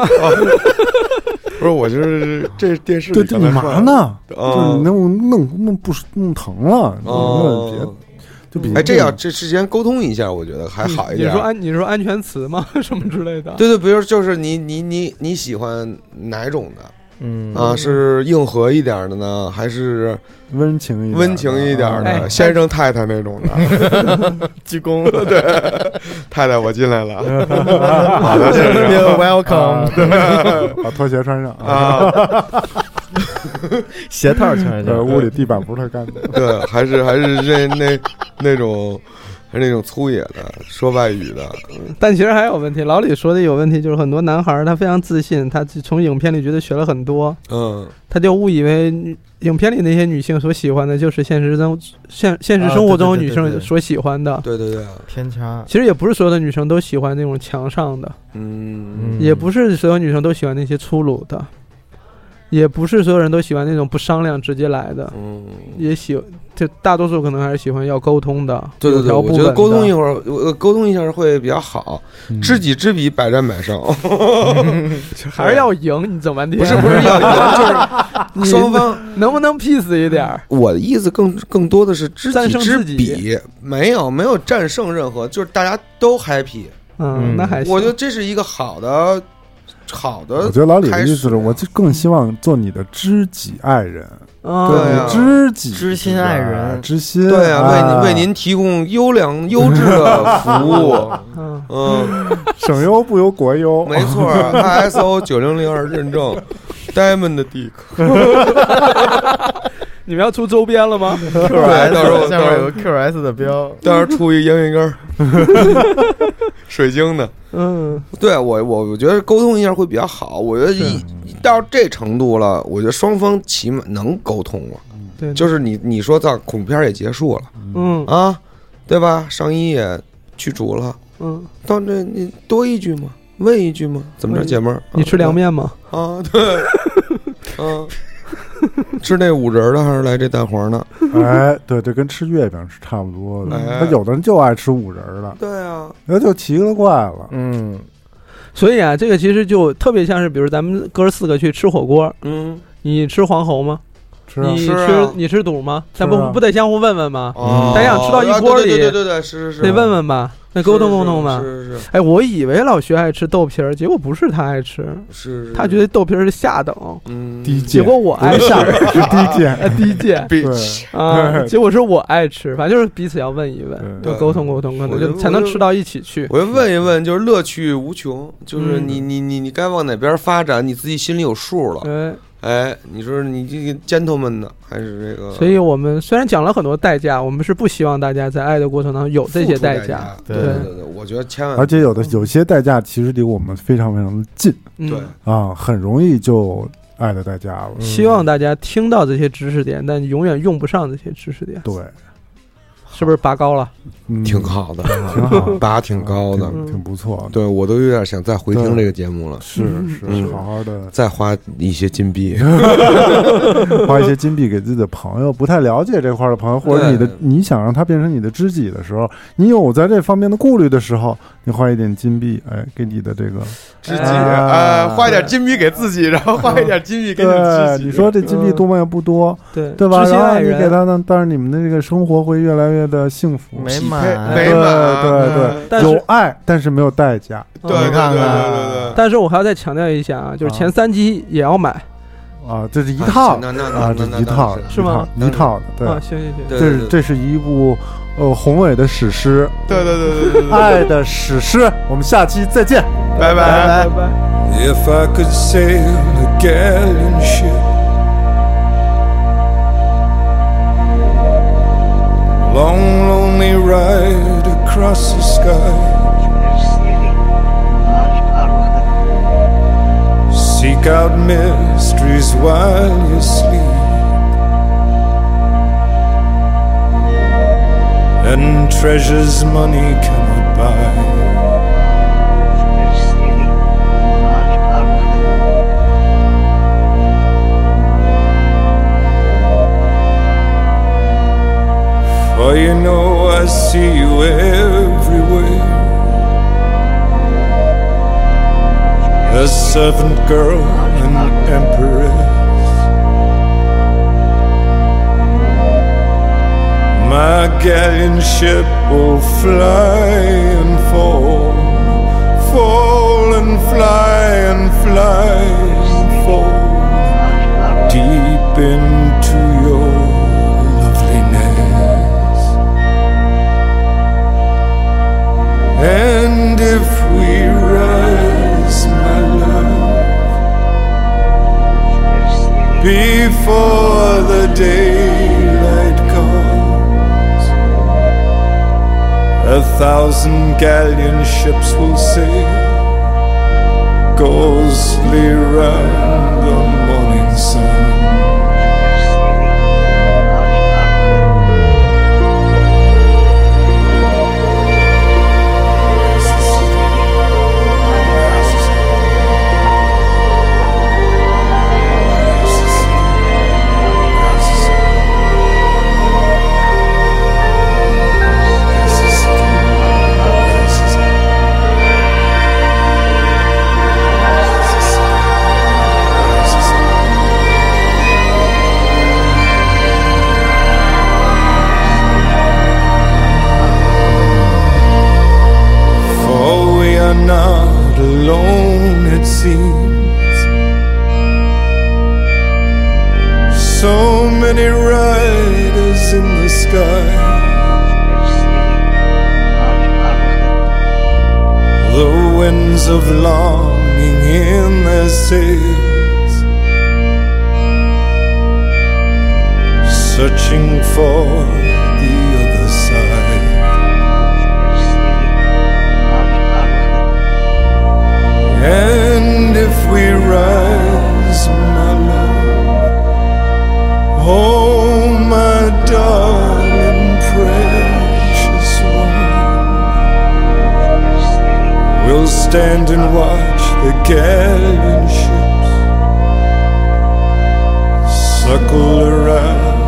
不是我就是这电视对，里这刚你才嘛放呢？哦的？就是啊你弄弄弄不舒弄疼了，你哦那别就别嗯哎，这要样。这之前沟通一下，我觉得还好一你点啊嗯你。说哎安，你说安全词吗？ [laughs] 什么之类的？对对，比如就是你你你你喜欢哪种的嗯啊？是硬核一点的呢，还是温情一点，温情一点哎的？先生太太那种的， [laughs] 鞠躬， [laughs] 对，太太我进来了 [laughs] 好的，先，Welcome， [laughs] 生，把拖鞋穿上啊！啊，鞋套穿这上，屋里地板不是他干的，对，还是还是这那那种。还是那种粗野的，说外语的，但其实还有问题。老李说的有问题，就是很多男孩儿他非常自信，他从影片里觉得学了很多，嗯，他就误以为女影片里那些女性所喜欢的就是现实中现现实生活中啊对对女对对性所喜欢的。对对对，偏差，其实也不是所有的女生都喜欢那种强上的，嗯，嗯也不是所有女生都喜欢那些粗鲁的，也不是所有人都喜欢那种不商量直接来的。嗯，也喜就大多数可能还是喜欢要沟通的，对对对，有条我不觉紊得的沟通一会儿，我呃沟通一下会比较好，嗯知己知彼，百战百胜。还是要赢，你怎么的？不是不是要赢，就 [laughs] 你是双方。能不能 peace 一点儿？我的意思更更多的是知战己胜知自己彼，没有没有战胜任何，就是大家都 happy。嗯，嗯那还行。我觉得这是一个好的好我的觉得老李的意思开是，始我就更希望做你的知己爱人，啊对啊你知己知心爱人知心对啊，为您哎为您提供优良优质的服 [laughs] 务。嗯，嗯，省忧不忧国忧，没错，ISO 啊九零零二认证，Diamond [laughs] Dick。你们要出周边了吗？对，到时候到下面时有候个 QS 的标，到时候出一烟灰缸 [laughs] 儿，水晶的。嗯，对我我我觉得沟通一下会比较好。我觉得一到这程度了，我觉得双方起码能沟通了。对，就是你你说到恐怖片儿也结束了嗯啊，对吧？上衣也去除了，嗯，到这你多一句吗？问一句吗？怎么着，嗯姐们儿？你吃凉面面吗？啊？ [laughs] 对，嗯、吃那五仁儿的还是来这蛋黄的？哎，对，这跟吃月饼是差不多的。哎他有的人就爱吃五仁儿的，对啊，那就奇了怪了。嗯，所以啊，这个其实就特别像是，比如咱们哥四个去吃火锅，嗯，你吃黄喉吗？吃啊你吃啊吃你吃肚吗？咱吃不啊不得相互问问吗？哦，咱想吃到一锅里对对对对对，对是是是，啊得问问吧。那沟通沟通吧。是是是哎，我以为老徐爱吃豆皮儿，结果不是他爱吃，是是，他觉得豆皮儿是下等，嗯低贱结果我爱吃，是低贱，啊 [laughs] 低贱对对，啊，结果是我爱吃，反正就是彼此要问一问，对就沟通沟通，可能我觉就得才能吃到一起去。我就问一问，就是乐趣无穷，就是嗯你你你你该往哪边发展，你自己心里有数了。对，哎，你说你这个 gentleman 呢，还是这个？所以我们虽然讲了很多代价，我们是不希望大家在爱的过程当中有这些付出代价。，对对对对，我觉得千万而且有的有些代价其实离我们非常非常的近嗯对，啊，很容易就爱的代价了。希望大家听到这些知识点，但永远用不上这些知识点，对，是不是拔高了？嗯挺，好的，挺好 [laughs] 的，拔挺高的。挺嗯挺不错的。对我都有点想再回听对这个节目了，是是，嗯好好的再花一些金币。 [laughs] 花一些金币给自己的朋友，不太了解这块儿的朋友，或者对你的你想让他变成你的知己的时候，你有在这方面的顾虑的时候，你花一点金币，哎，给你的这个，知己，啊哎，花一点金币给自己，然后花一点金币给你自对，己。你说这金币多么也不多，对，对吧？知心然后爱你给人，他呢，但是你们的这个生活会越来越的幸福，没匹配买没买，对对嗯但是有爱，但是没有代价。对对嗯对看看对对对但是我还要再强调一下啊，就是啊前三集也要买啊，这是 [laughs] 一啊套那那啊，那这那那一套那是吗一套的，对啊，，行行行，对这是这是一部呃宏伟的史诗，对对对对对对，爱的史诗。我们下期再见。拜拜。拜拜。 If I could sail a galleon ship, long lonely ride across the sky, seek out mysteries while you sleep, and treasures money cannot buy. For you know I see you everywhere. A servant girl and empress. My galleon ship will fly and fall, fall and fly and fly and fall deep into your loveliness. And if we rise, my love, before the daylight comes, a thousand galleon ships will sail ghostly round the morning sun. For Oh, we are not alone, it seems. So many riders in the sky. The winds of longing in their sails, searching for the other side. And if we rise, my love, oh, my darling, precious one, we'll stand and watch the galleon ships circle around